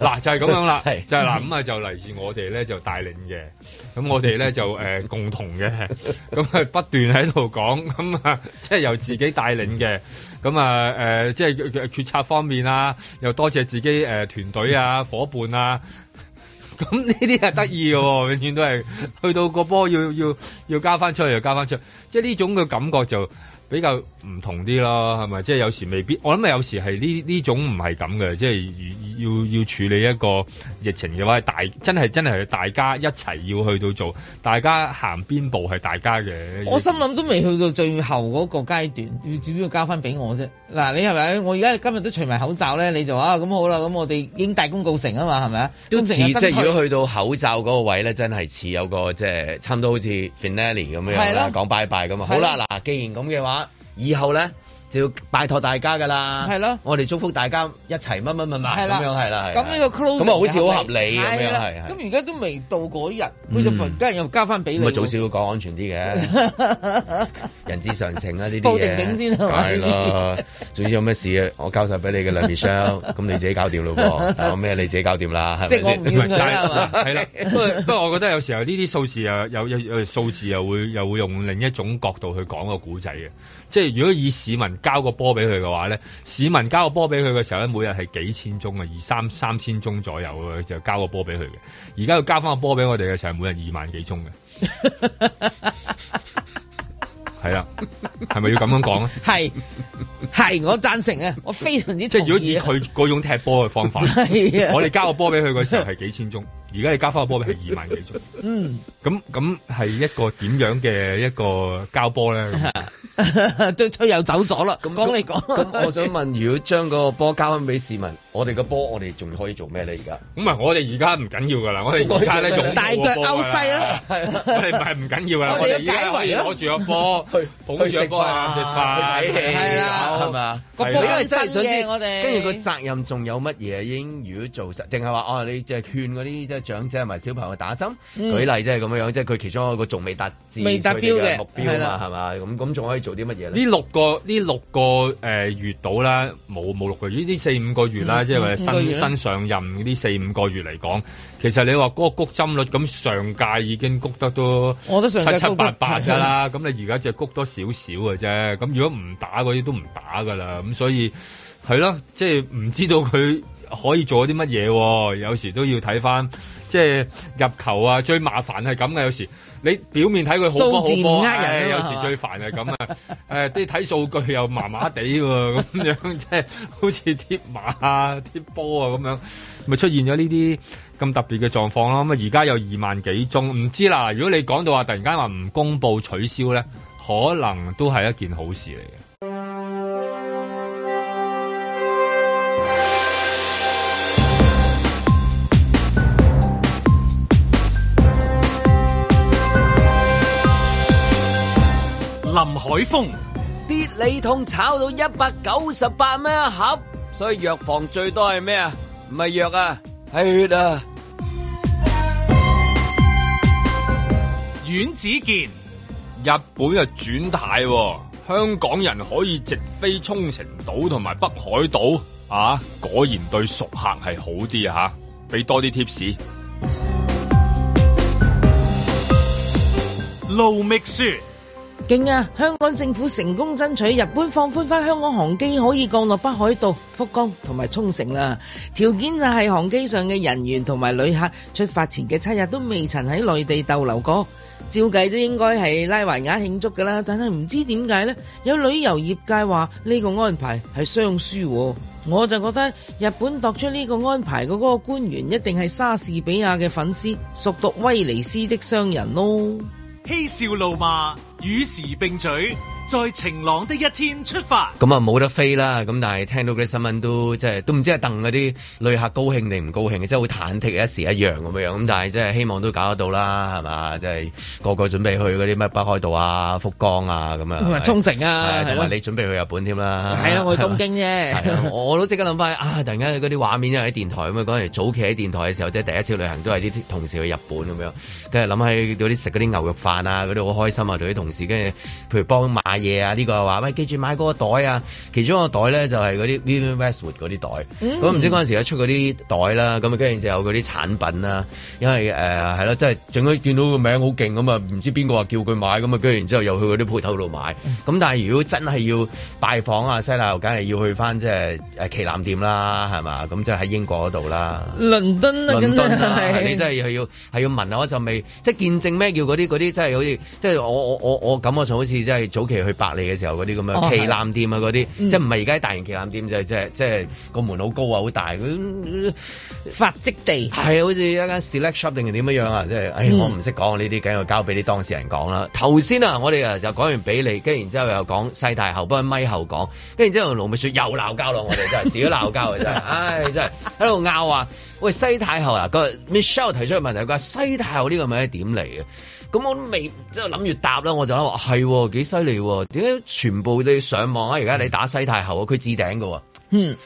嗱就係咁樣啦，就係係嗱咁啊就嚟自我哋咧就帶領嘅，咁我哋咧就誒、呃共同嘅，咁啊不斷喺度講，咁啊 即係由自己帶領嘅，咁啊誒即係決決策方面啊，又多謝自己誒、呃、團隊啊伙伴啊。咁呢啲係得意嘅喎， 永遠都係去到個波要要要加翻出去，又加翻出去，即係呢種嘅感覺就比較唔同啲咯，係咪？即係有時未必，我諗有時係呢呢種唔係咁嘅，即係要要處理一個疫情嘅話，係大真係真係大家一齊要去到做，大家行邊步係大家嘅。我心諗都未去到最後嗰個階段，要只要交翻俾我啫。嗱，你係咪？我而家今日都除埋口罩咧，你就啊咁好啦，咁我哋已經大功告成啊嘛，係咪啊？都功似成有即係身退如果去到口罩嗰個位咧，真係似有個即係差唔多好似 finale 咁樣係啦咯，講拜拜咁啊！好係咯啦，嗱，既然咁嘅話，以後咧就要拜託大家噶啦，係咯我哋祝福大家一齊乜乜乜乜係咁啦樣係啦，係啦咁呢個 close 咁啊好似好合理咁啊樣係啦係。咁而家都未到嗰日，嗯佢就突然間又交翻俾你咁喎。啊， 早少要講安全啲嘅，人之常情啊，呢啲嘢報定警先係嘛係啦，總之有咩事啊，我交晒俾你嘅 啦，Michelle，咁你自己搞掂咯噃，啊有咩你自己搞掂啦，係咪即係我先唔唔係要佢啦，係嘛？但係 啦，不過不過我覺得有時候呢啲數字又有有有數字又會又會用另一種角度去講個古仔嘅，即係如果以市民交個波俾佢嘅話咧，市民交個波俾佢嘅時候咧，每日係幾千宗啊，二三三千宗左右啊，就交個波俾佢嘅。而家要交翻個波俾我哋嘅時候，每日二萬幾宗嘅，係啦，係咪要咁樣講啊咧？ 係係，我贊成啊！我非常之即係同如果意以啊佢嗰種踢波嘅方法，係啊我哋交個波俾佢嗰時候係幾千宗，而家你交翻個波俾係二萬幾宗。嗯， 咁咁係一個點樣嘅一個交波 咧？咁對佢又走咗啦。咁講你講，咁我想問，如果將嗰個波交翻俾市民，我哋個波我哋仲可以做咩咧？而家咁啊，我哋而家唔緊要噶啦，我哋而家咧用大腳勾西啦我哋唔係唔緊要噶啦，我我哋哋要而家可以解圍啦攞住個 波，捧住個波啊，食飯， 去睇戲係啦係嘛？個係波啦因為真係真係想嘅，知我哋跟住個責任仲有乜嘢？已經如果做實，定係話哦，你就係勸嗰啲即係長者同埋小朋友打針。嗯舉例即係咁樣樣，即係佢其中一個仲未達至未達標嘅佢哋目標係嘛，啦係嘛？咁咁仲可以做啲乜嘢咧？呢六個呢六個誒、呃、月到啦，冇冇六個月，呢四五個月啦，啦，即係話嗯五個新月啦新上任呢四五個月嚟講，其實你話嗰個谷針率咁上屆已經谷得都我都七上屆七谷八得八㗎啦，咁你而家就谷多少少嘅啫，咁如果唔打嗰啲都唔打㗎啦，咁所以係咯，即係唔知道佢可以做啲乜嘢喎，有時都要睇翻。即係入球啊，最麻煩係咁嘅。有時你表面睇佢好波好數字唔波，呃人唉有㗎嘛時係嘛最煩係咁啊！誒啲睇數據又麻麻地喎，咁樣即係好似貼馬啊、貼波啊咁樣，咪出現咗呢啲咁特別嘅狀況咯。咁啊，而家有二萬幾宗，唔知啦。如果你講到話突然間話唔公佈取消咧，可能都係一件好事嚟嘅。林海峰、必理痛炒到一百九十八蚊一盒，所以藥房最多係咩啊？唔係藥啊，係血啊！阮子健、日本啊轉態喎，香港人可以直飛沖繩島同埋北海道啊！果然對熟客係好啲啊嚇，俾多啲 tips。盧覓雪、勁啊！香港政府成功爭取日本放寬翻香港航機可以降落北海道、福岡同埋沖繩啦。條件就係航機上嘅人員同埋旅客出發前嘅七日都未曾喺內地逗留過。照計都應該係拉橫額慶祝㗎啦，但係唔知點解呢？有旅遊業界話呢個安排係雙輸喎，我就覺得日本度出呢個安排嘅嗰個官員一定係莎士比亞嘅粉絲，熟讀威尼斯的商人咯。嬉笑怒罵，與時並舉，在晴朗的一天出發。咁啊冇得飛啦，咁但係聽到嗰啲新聞都即係都唔知係戥嗰啲旅客高興定唔高興，即係好忐忑一時一樣咁樣樣。咁但係即係希望都搞得到啦，係嘛？即係個個準備去嗰啲咩北海道啊、福岡啊咁啊，同埋沖繩啊係係咯同埋你準備去日本添啦，係啦，我去東京啊係啊啫。我我都即刻諗翻啊！突然間嗰啲畫面因為喺電台咁啊，嗰陣時早期喺電台嘅時候，即係第一次旅行都係啲同事去日本咁樣，跟住諗起嗰啲食嗰啲牛肉飯啊，嗰啲好開心啊，同啲同事跟住譬如幫買嘢啊，呢、個話喂記住買嗰個袋啊，其中一個袋咧就係嗰啲 Vivienne Westwood 嗰啲袋，咁唔、嗯知嗰陣時一出嗰啲袋啦，咁啊跟住就有嗰啲產品啦，因為誒係咯，即係整佢見到個名好勁咁啊，唔知邊個話叫佢買咁啊，跟住然之後又去嗰啲鋪頭度買，咁但係如果真係要拜訪啊西奈，梗係要去翻即係誒旗艦店啦，係嘛？咁即係喺英國嗰度啦。倫敦啊，倫咁敦啊係 你真係要係要啊聞下嗰陣味，即係見證咩叫嗰啲嗰啲，真係好似即係我我我我感覺上好似即係早期去百利嘅時候嗰啲咁哦樣旗艦店啊嗰啲，嗯即係唔係而家大型旗艦店就係即係即係個門好高啊好大，咁發跡地。係啊好似一間 select shop 定係點樣樣啊？即係，唉，嗯我唔識講呢啲，梗係要交俾啲當事人講啦。頭先啊，我哋啊就講完俾你，跟住然之後又講西太后，不過咪後講，跟住之後盧美雪又鬧交咯，我哋真係少鬧交 啊，真係，唉，真係喺度拗啊！喂，西太后啊，個 Michelle 提出嘅問題，佢話西太后呢個名係點嚟嘅？咁我都未即係諗住答啦，我就諗話係喎幾犀利喎？點解全部你上網啊？而家你打西太后啊，佢置頂嘅喎。嗯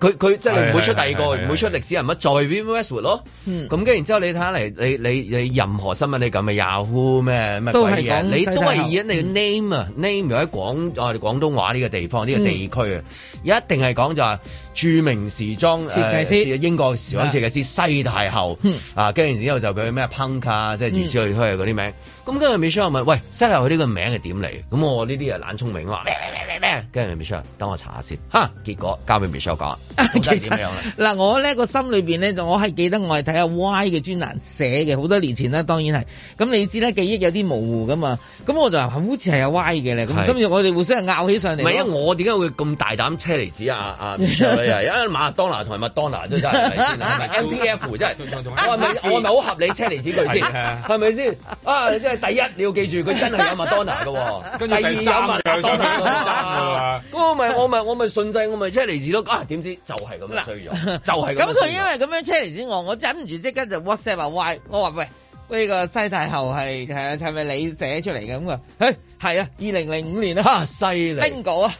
佢佢即係你唔會出第二個，係係係係唔會出歷史人物，再 v i v Westwood 咯。嗯咁跟住然之後，你睇下嚟，你你你任何新聞你咁嘅 Yahoo 咩咩都鬼係嘢，講你西嗯都太係后以你 name 啊 name 如果喺廣我哋廣東話呢個地方嗯呢個地區啊，一定係講就話著名時裝設計師呃是英國時裝設計師西太后 Ừ. 嗯啊，跟住然之後就佢咩 punk 啊，即係如此類推啊嗰啲名。咁跟住 Michelle 問：喂，西太后呢個名係點嚟？咁我呢啲啊懶聰明話咩咩咩咩咩，跟住 Michelle 等我查下先。嚇，結果交俾 Michelle 講啦， 到其底係實點樣啊咧？嗱，我咧個心裏邊咧，就我係記得我係睇阿 Y 嘅專欄寫嘅，好多年前啦，當然係。咁你知啦，記憶有啲模糊噶嘛。咁我就話好似係阿 Y 嘅咧。咁係今日我哋互相拗起上唔嚟。係，因為我點解會咁大膽車厘子啊 啊 Michelle 咧？因為馬當娜同埋麥當娜都真係係先啊係咪 M P F 真係， 我係咪我係咪好合理車厘子佢先？係啊係咪先？啊，即係第一你要記住，佢真係有麥當娜嘅喎，跟住第二第三有麥當娜佢有㗎三㗎嘛嘛咁我咪我咪我咪順勢我咪車厘子咯啊！點知就係咁樣 衰咗，就係樣咁衰佢咗因為咁樣 challenge 之我，我忍唔住即刻就 WhatsApp 話 Y，我話喂。喂，呢個西太后係係係咪你寫出嚟嘅咁啊？誒係啊，二零零五年啊啊犀利， ，bingo 啊，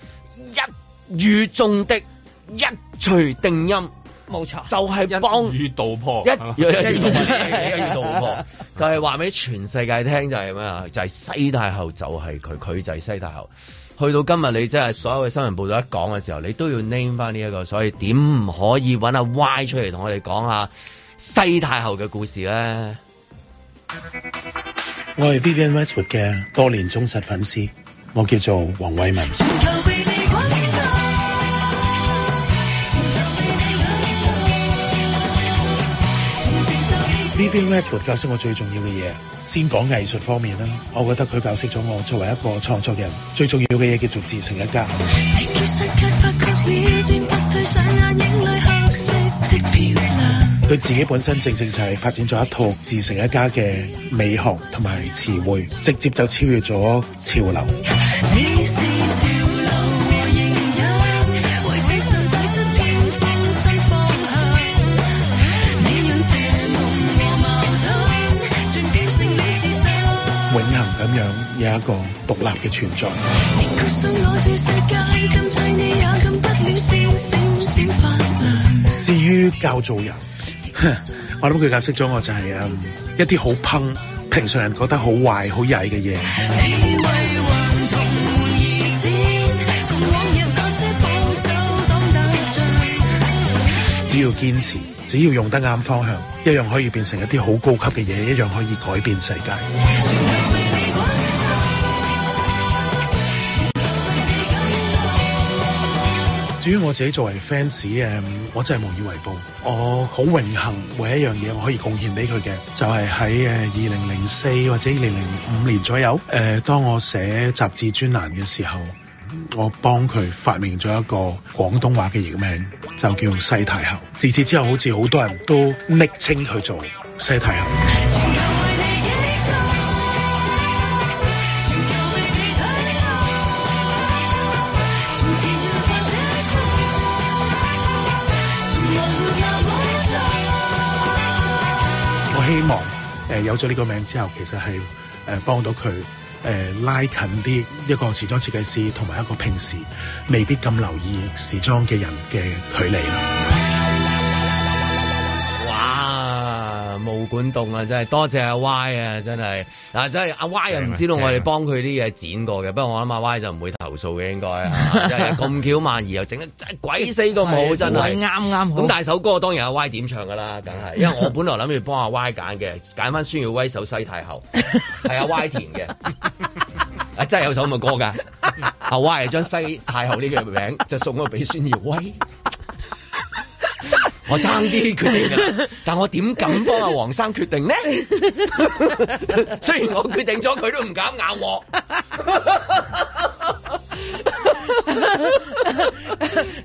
一語中的，一錘定音，冇錯。就係幫。語道破 一一遇到係一遇到好婆，就係話俾全世界聽就係咩啊？就係西太后就係佢，佢就係西太后。去到今日你真係所有嘅新聞報道一講嘅時候，你都要 name 翻呢一個，所以點唔可以揾阿 Y 出嚟同我哋講下西太后嘅故事咧？我係 Vivian Westwood 嘅多年忠實粉絲，我叫做黃偉文。Vivian Westwood 教識我最重要嘅嘢，先講藝術方面啦。我覺得佢教識咗我作為一個創作人最重要嘅嘢叫做自成一家。佢自己本身正正就係發展咗一套自成一家嘅美學同埋詞彙，直接就超越咗潮流。永恆咁樣有一個獨立嘅存在。至於教做人， 我諗佢教識咗我就係、嗯一啲好烹，平常人覺得好壞、好曳嘅嘢。只要堅持，只要用得啱方向，一樣可以變成一啲好高級嘅嘢，一樣可以改變世界。至於我自己作為 fans 誒，我真係無以為報。我好榮幸每一樣嘢我可以貢獻俾佢嘅，就係喺誒二零零四或者二零零五年左右誒、呃，當我寫雜誌專欄嘅時候，我幫佢發明咗一個廣東話嘅譯名，就叫西太后。自此之後，好似好多人都昵稱佢做西太后。我希望誒、呃有咗呢個名之後，其實係誒、呃、幫到佢誒、呃拉近啲一個時裝設計師同埋一個平時未必咁留意時裝嘅人嘅距離啦。哇！毛管動啊，真係多謝阿 Y 啊，真係嗱，真係阿 Y 又唔知道我哋幫佢啲嘢剪過嘅，不過我諗阿 Y 就唔會投訴嘅，應該啊，真係咁巧萬兒又整得真係鬼死咁好，真係啱啱好。咁但係首歌當然阿 Y 點唱㗎啦，梗係，因為我本來諗住幫阿 Y 揀 嘅，揀翻孫耀威首《西太后》，係阿 Y 填嘅。啊，真係有首咁嘅歌㗎，阿 Y 係將西太后呢個名就送咗俾孫耀威。 我爭啲決定㗎啦，但我點敢幫阿黃生決定 呢？雖然我決定咗，佢都唔敢咬我。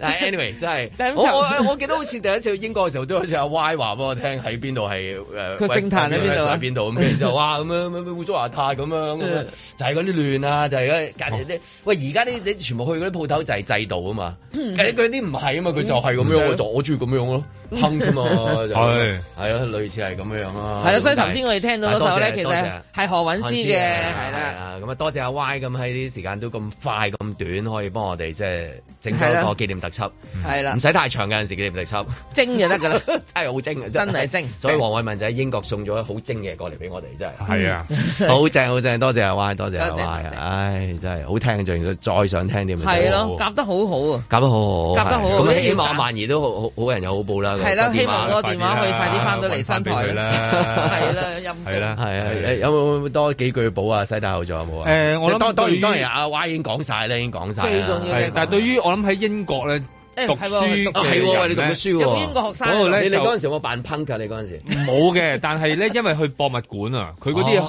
但係 anyway，真係 但我咁就我我記得好似第一次去英國嘅時候，都有隻阿 Y 話俾我聽喺邊度係呃誒個聖誕喺邊度啊嗯邊度咁，跟住就哇咁樣咁樣污糟邋遢咁樣咁樣，就係嗰啲亂啊，就係哦嗰啲隔離啲喂而家啲你全部去嗰啲鋪頭就係制度啊嘛，嗯佢嗰啲唔係啊嘛，佢就係咁樣，我就我中意咁樣咯，烹㗎啊嘛，就嗯係係咯，類似係咁樣咯。係啦，啊所以頭先我哋聽到嗰首但咧，係其多謝多謝實係何韻詩嘅，係係啦。啦，咁啊多謝阿 Y 咁喺啲時間都咁快咁短，可以幫我哋即係整咗係啦一個紀念特輯，係啦唔，使太長嘅有陣時紀念特輯，，精就得㗎啦 真係好精啊，真係精所以黃偉文就喺英國送咗好精嘅過嚟俾我哋，真係。 係啊， 好正好正，多謝阿 Y，多謝阿多謝多 Y，謝唉，真係好聽就然再想聽啲咪得係咯，夾得好好啊！夾得好好，夾得好好係咁啊一定希要望夾萬兒都好好好人有好報啦。係啦個電話希望我個電話可以快啲返到嚟搵返新俾台佢啦， 係啦陰公係啦，係啊，有冇有冇多幾句補啊？西大後仲有冇啊？誒我諗即係當當對然於當然，阿啊 Y 已經講晒啦，已經講晒啦。最重要係嘅但係對於我諗喺英國咧，誒讀係喎書讀啊係嘅喎，喂人你讀呢嘅書有喎，冇英國學生啊嗰度咧呢啊你你就嗰陣時有冇扮 punk 㗎？你嗰陣時冇嘅，但係咧，因為去博物館啊，佢嗰啲嘢哦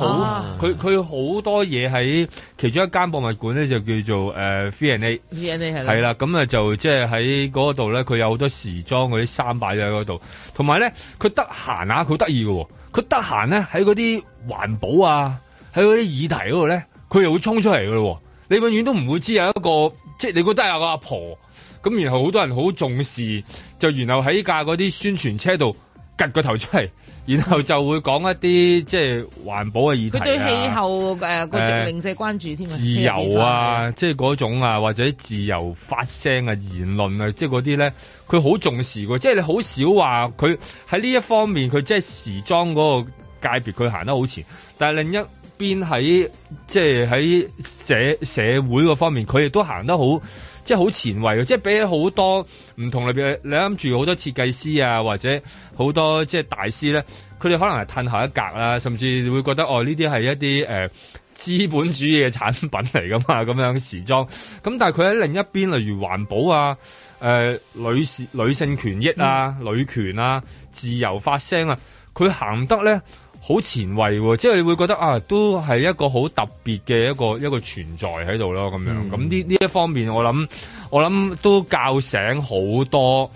好，佢佢好多嘢喺其中一間博物館咧，就叫做誒 V and A。 DNA 係啦，係啦，咁啊就即係喺嗰度咧，佢有好多時裝嗰啲衫擺咗喺嗰度，同埋咧佢得閒啊，佢好得意嘅喎，佢得閒咧喺嗰啲環保啊，喺嗰啲議題嗰度咧，佢又會衝出嚟嘅咯喎，你永遠都唔會知有一個即係你覺得有個阿婆，咁然後好多人好重視，就然後喺架嗰啲宣傳車度。趌個頭出嚟，然後就會講一啲即係環保嘅議題、佢啊、對氣候誒個誒零舍關注添啊，自由啊，即係嗰種啊，或者自由發聲啊、言論啊，即係嗰啲咧，佢好重視喎。即係你好少話佢喺呢一方面，佢即係時裝嗰個界別佢行得好前，但係另一邊喺即係喺社社會嗰方面，佢亦都行得好。即係好前衛嘅，即係比起好多唔同裏邊，你諗住好多設計師啊，或者好多即係大師咧，佢哋可能係褪後一格啦，甚至會覺得哦呢啲係一啲誒、呃、資本主義嘅產品嚟噶嘛，咁樣時裝。咁但係佢喺另一邊，例如環保啊。誒、呃、女士女性權益啊、女權啊、自由發聲啊，佢行得咧好前衛喎、即係你會覺得啊，都係一個好特別嘅一個一個存在喺度咯，咁嗯樣。咁呢呢一方面，我諗我諗都教醒好多。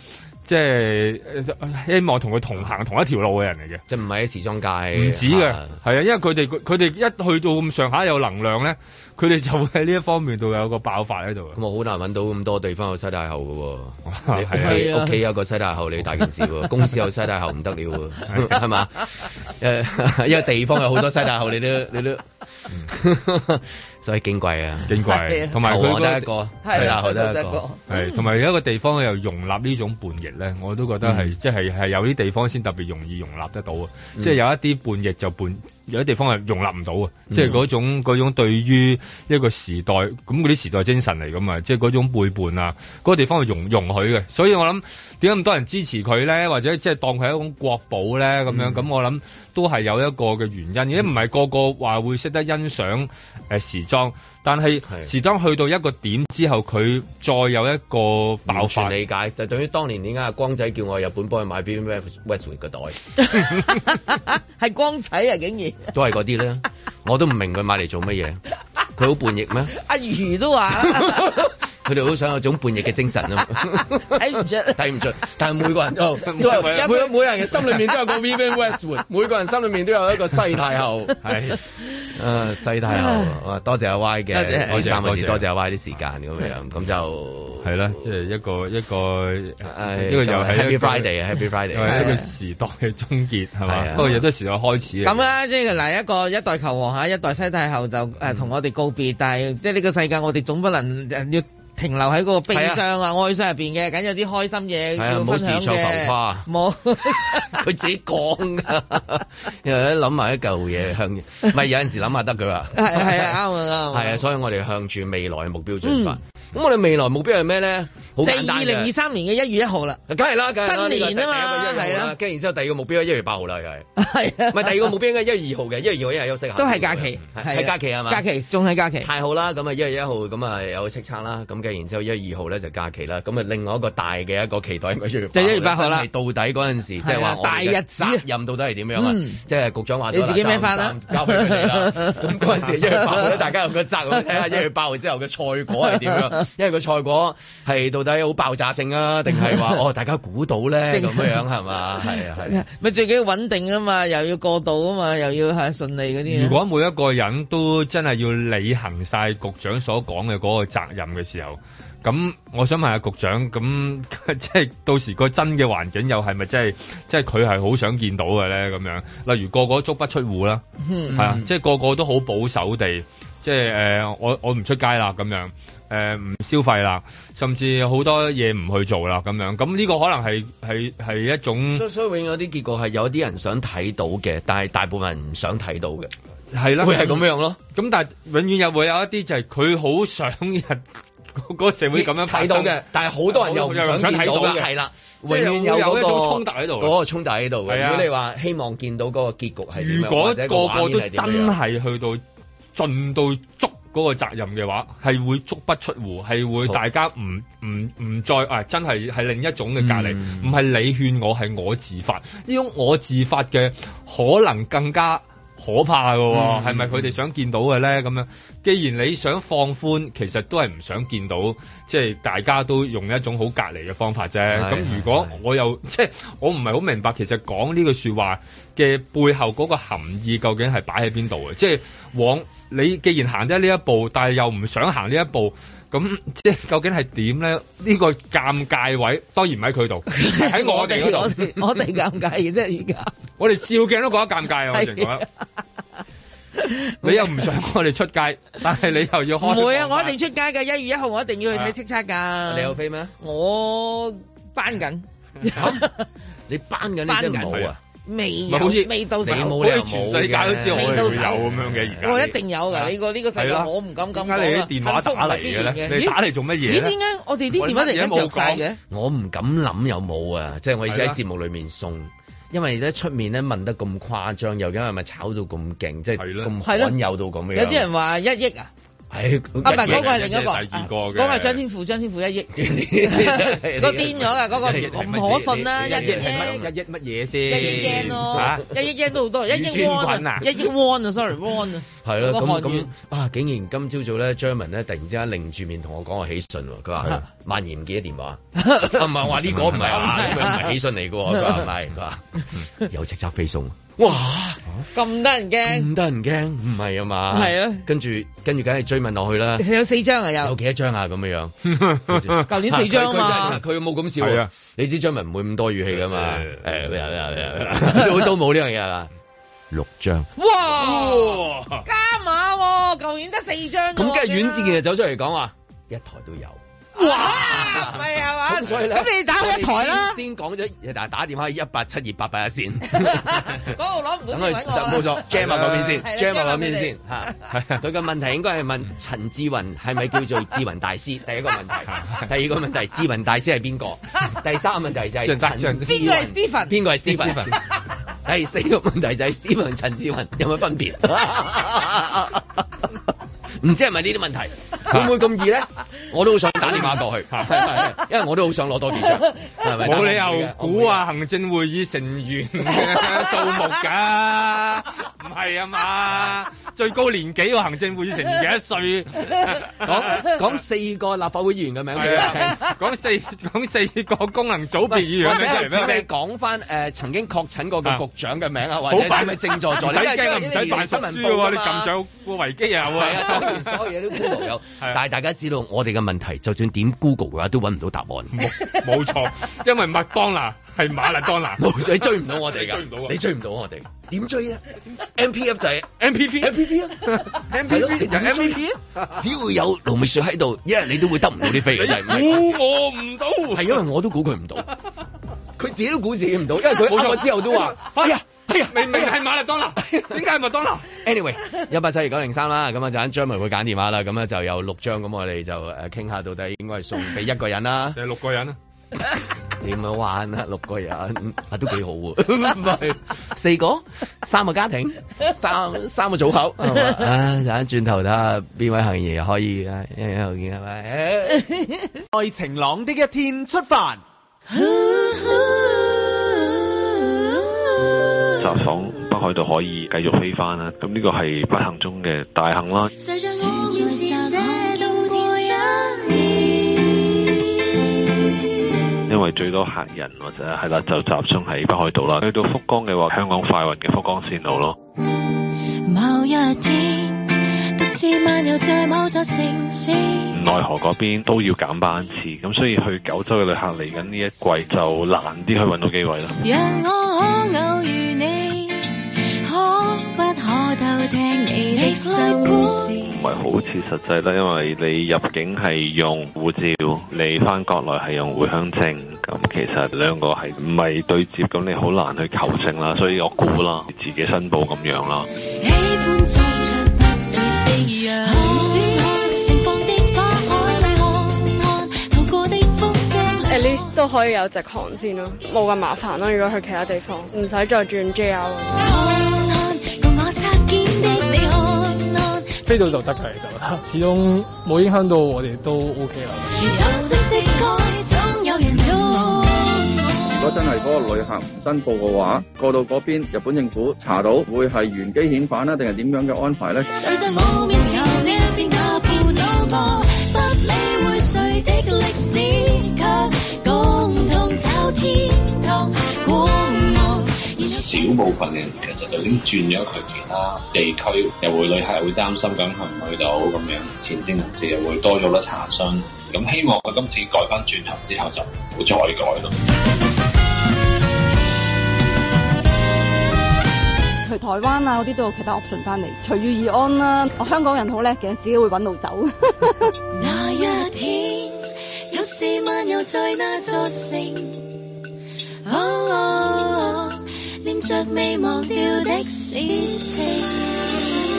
即係呃希望同佢同行同一條路嘅人嚟嘅，即係唔係喺時裝界，唔止嘅，係啊，因為佢哋佢哋一去到咁上下有能量咧，佢哋就會喺呢一方面度有個爆發喺度啊嘅。咁我好難揾到咁多地方有西太后 嘅喎，你係啊屋企屋企有個西太后你大件事 喎，公司有西太后唔得了喎，係嘛？誒， 一個地方有好多西太后，你都你都，所以矜貴啊，矜貴同埋佢我嗰得一個西太后得一個，係，同埋有一個地方又容納呢種叛逆咧，我都覺得係、即係係有啲地方先特別容易容納得到啊！嗯即係有一啲叛逆就叛，有啲地方係容納唔到啊！嗯即係嗰種嗰種對於一個時代咁嗰啲時代精神嚟㗎嘛，即係嗰種背叛啊，嗰、個地方係容容許嘅，所以我諗點解咁多人支持佢咧，或者即係當佢係一種國寶咧咁樣，咁、我諗都係有一個嘅原因，因為唔係個個話會識得欣賞誒、呃、時裝，但係時裝去到一個點之後，佢再有一個爆完發全。理解，就等於當年點解阿光仔叫我日本幫佢買 B B Westwood 個袋，係光仔啊，竟然 都係嗰啲咧，我都唔明佢買嚟做乜嘢，佢好叛逆咩？阿魚都話佢哋好想有種叛逆嘅精神啊！睇唔出，睇唔出，但係每個人都都有每個每個人嘅心裏面都有個 Vivian Westwood，每個人心裏面都有一個西太 后。係誒呃西太后，哇！多謝阿 Y 多謝嘅呢三個字，多謝多謝阿 Y 啲時間咁樣，咁就係啦，即係一個一個呢誒個又係一 Happy 個 Friday，Happy Friday，啊又係一個時代嘅終結係係嘛？啊不過亦都係時代開始 咁啊。啦，即係嗱一個一代球王嚇，一代西太后就誒同我哋告別，但係即係呢個世界我哋總不能誒要停留喺嗰個悲傷啊、哀傷入邊嘅，梗有啲開心嘢係啊要唔好分自享創浮誇嘅。冇 佢自己講噶， 又喺諗埋一嚿嘢向，唔係有陣時諗下得佢話， 係係 啊啱啊啱啊係啊，所以我哋向住未來嘅目標進發。咁我哋未來目標係咩咧？好即簡嗯係單二嘅零二三年嘅一月一號啦，梗係啦，梗係啦新年啊嘛呢個第一個一月一號係啦啊，跟住然之後第二個目標係一月八號啦，又係。係啊，唔係第二個目標應該一月二號嘅，一月二號一日休息下。都係假期，係啊係假期係嘛？假期仲係假期，太好啦！咁啊，一月一號咁啊有叱咤啦，咁嘅然之後一月二號咧就假期啦，咁啊另外一個大嘅一個期待 應該1月就1月8號啦真係到底嗰陣時即係係話啊我哋嘅大日子啊責任到底係點樣啊嗯？即係局長話咗啦你自己孭返啦交交俾佢哋 啦。咁嗰陣時一月八號咧，大家有個責任睇下一月八號之後嘅賽果係點 樣，因為個賽果係到底好爆炸性啊，定係 話哦大家估到咧咁定樣樣係嘛？係啊係啊。咪最緊要穩定啊嘛，又要過渡啊嘛，又要係順利嗰啲啊。如 果每一個人都真係要履行晒局長所講嘅嗰個責任嘅時候，咁我想問下局長，咁 即係到時個真嘅環境又係咪真係即係佢係好想見到嘅咧？咁樣，例如個個都足不出戶啦，嗯係啊，即係個個都好保守地，即係誒、呃我我唔出街啦咁樣，誒、呃唔消費啦，甚至好多嘢唔去做啦咁樣，咁呢個可能係係係一種所以所以永遠有啲結果係有啲人想睇到嘅，但係大部分人唔想睇到嘅，係啦，會係咁樣咯。咁但係永遠又會有一啲就係佢好想人 嗰個社會咁樣發生睇到嘅，，但係好多人又唔想見到又唔想睇到嘅，嘅係啦，即永係遠有嗰會有個一種衝突喺度嗰個衝突喺度嘅。係啊如果你話希望見到嗰個結局係點樣如果或者個個個畫都面係真點樣係去到盡到足嗰個責任嘅話，係會足不出戶，係會好大家唔唔唔再啊，真係係另一種嘅隔離，嗯唔係、你勸我，係我自發。呢種我自發嘅可能更加。可怕嘅喎、嗯係咪佢哋想見到嘅咧？咁樣，既然你想放寬，其實都係唔想見到，即係大家都用一種好隔離嘅方法啫。係咁如果我又 即係我唔係好明白，其實講呢句説話嘅背後嗰個含義究竟係擺喺邊度嘅？即係往你既然行得呢一步，但係又唔想行呢一步。咁 即係究竟係點咧？呢、呢個尷尬位當然唔喺佢度，係喺我哋嗰我度。哋 我哋尷尬嘅啫， 而家我哋照鏡都覺得尷尬啊！我淨覺得你又唔想我哋出 街，但係你又要開。唔會啊！我一定出街㗎，一月一號我一定要去睇叱咤㗎。你有飛咩？我班緊， 你班緊你真係冇啊！未咪有好似未到手，你冇理由冇嘅好似全世界都知我哋未到 手會有咁樣嘅而家我一定有㗎，你個呢個世係界啦我唔敢咁講點解你啲啦。電話幸福唔係打嚟嘅咧必然你打嚟做乜嘢咧咦？點解我哋啲電話突然間着晒嘅？我唔敢諗有冇啊！即係我意思係喺啦節目裏面送。因為咧出面咧問得咁誇張，又因為咪炒到咁勁，即係咁係咯罕有到咁樣。有啲人話一億啊，係啊唔係嗰個係另一個，第二個嗰嘅個係張天賦，張天賦 一億，嗰 個癲咗啊！嗰個唔可信啦，一億係啊啫。乜一億乜嘢先？一億 yen 咯嚇，一億 yen 都好多，一億乳酸 won 菌啊啊，一億 won 啊，sorry won 啊，係咯，嗰個咁韓咁元啊！竟然今朝早咧，張文咧突然之間擰住面同我講個喜訊喎，佢啊話萬言唔記得 電話， 啊唔係我話呢個唔係啊，呢個唔係喜訊嚟嘅喎，佢話唔係，佢 話嗯有即刻 飛送，哇！咁得人驚，唔得人驚，唔係啊嘛，係啊，跟住跟住梗係追問落去 啦，有四張啊有有，幾多張啊咁樣樣？ 舊年四張啊佢嘛佢佢冇咁笑係喎啊，你知張文唔會咁多語氣噶嘛？啊誒，啊 都都冇呢樣嘢啦，六張。哇，加碼喎，舊年得四張啫喎，咁跟住阮志健就走出嚟講話，一台都有。哇，唔係係嘛？咁所以咧，咁你打去一台啦我哋，先先講咗，打打電話一八七二八八一先。嗰度攞唔到等電佢話我啦冇錯，jam 下嗰邊先係啦，jam 下嗰 jam 下邊先佢嚇。佢嘅問題應該係問陳志雲係咪叫做志雲大師？第一個問題，第二個問題，志雲大師係邊個？第三個問題就係張陳張志邊個係雲 Stephen？邊個係 Steven？第 四個問題就係 Steven 陳志雲有冇分別？ 唔知係咪呢啲問題？會唔會咁易咧？我都好想打電話過去，係係係因為我都好想攞多幾張，係咪？冇理但係我唔會由嘅估啊行政會議成員嘅 數目㗎，唔係啊嘛？最高年紀個行政會議成員幾多歲？ 講講四個立法會議員嘅名俾係你啊聽。，講四講四個功能 組別議喂員或者嘅係名請出嚟你咩？講翻誒曾經確診過嘅局長嘅名啊，或好者快係咪正助助唔理？使因為驚啊，因唔為使扮新叔聞書喎，報你㗎嘛撳咗個維基又有係啊，當啊然。所有嘢都 Google 有，係啊但係大家知道我哋嘅問題，就算點 Google 嘅話，都揾唔到答案。冇冇錯，因為麥當娜係馬勒當娜，冇你追唔到我哋你追唔到㗎，啊你追唔到我哋。點追啊 MPF 就係 MPP ？MPP 啊 MPP 就 MPP 只會有盧覓雪喺度，一日你都會得唔到啲飛嘅，真係唔係估我唔到，係因為我都估佢 唔到，佢自己都估自己唔到，因為佢冇錯啱我之後都話：哎呀，哎呀，明明係馬勒當娜，點解係麥當娜？ Anyway，一八七二九零三啦，咁啊陣間張文會揀電話啦，咁啊就有六張，咁我哋就誒傾下到底應該係送俾一個人 啦。就係六個人啊！你唔好玩啊，六個人啊都幾好喎，唔係四個三個家庭三三個組口係嘛？啊陣間轉頭睇下邊位行爺可以啊，一路見係咪？在晴朗的一天出發。襲港北海道可以繼續飛翻啦，咁呢個係不幸中嘅大幸啦。隨着我們是這度過一因為最多客人或者係啦，就集中喺北海道啦。去到福岡嘅話，香港快運嘅福岡線路咯。某一天，得知漫遊在某座城市，奈何嗰邊都要減班次，咁所以去九州嘅旅客嚟緊呢一季就難啲去揾到機位啦。讓我可偶遇你，可不可偷聽你的心事？唔係好似實際啦，因為你入境係用護照，你翻國內係用回鄉證，咁其實兩個係唔係對接，咁你好難去求證啦。所以我估啦，自己申報咁樣啦。喜歡作着不是的人，盛放的花海裏看看，透過的風聲。 at least 都可以有直航線咯，冇咁麻煩咯。如果去其他地方，唔使再轉 JR 咯。飛到就得㗎，其實啦，始終冇影響到我哋都 OK 啦。如果真係嗰個旅行唔申報嘅話，過到嗰邊日本政府查到，會係原機遣返啊啦，定係點樣嘅安排呢？少部分嘅人其實就已經轉咗佢其他地區，又會旅客又會擔心咁去唔去到咁樣，前線人士又會多咗好多查詢。咁希望佢今次改翻轉頭之後就唔好再改咯。去台灣啊嗰啲都有其他 option 翻嚟，隨遇而安啦、我香港人好叻嘅，自己會揾路走。 那一天，有 Oh, 時漫遊在那座城，哦哦哦念着未忘掉的事情。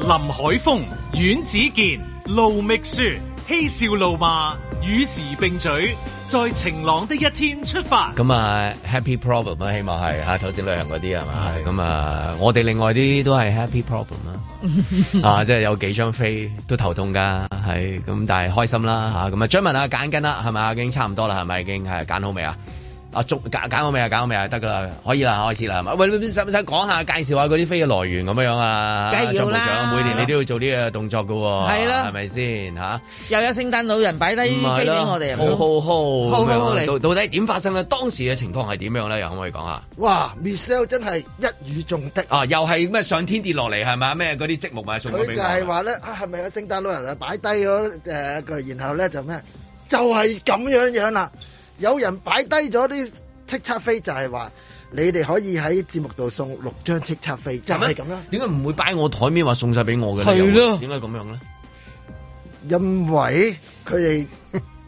林海峰、阮子健、路觅雪，嬉笑怒罵，與時並舉，在晴朗的一天出發。咁啊，happy problem 啊，希望係嚇頭先旅行嗰啲係嘛？咁啊，我哋另外啲都係 happy problem 啦。啊，即係有幾張飛都頭痛㗎，係咁，但係開心啦嚇。咁啊，張文啊，揀緊啦，係咪啊？已經差唔多啦，係咪已經係揀好未啊？啊，中揀揀好未啊？揀好未啊？得㗎啦，可以啦，開始啦，係嘛？喂，你使唔使講下介紹下嗰啲飛嘅來源咁樣樣啊？梗係要啦張部長每年你都要做呢個動作㗎喎，係啦係咪先嚇？又有聖誕老人擺低飛係俾啦我哋，啊好好好好咁樣好啊嚟到到底點發生咧？當時嘅情況係點樣咧？又可唔可以講下？哇，Michelle 真係一語中的。啊，又係咩上天跌落嚟係咪咩嗰啲積木咪送咗佢俾就我係係嘛。話咧，啊係咪有聖誕老人啊擺低咗誒佢，然後咧就咩？就係、咁樣樣啦。有人擺低咗啲叱咤飛，就係話你哋可以喺節目度送六張叱咤飛，就係咁樣。點解唔會擺我台面話送晒俾我嘅咧？係又咯會點解咁樣咧？因為佢哋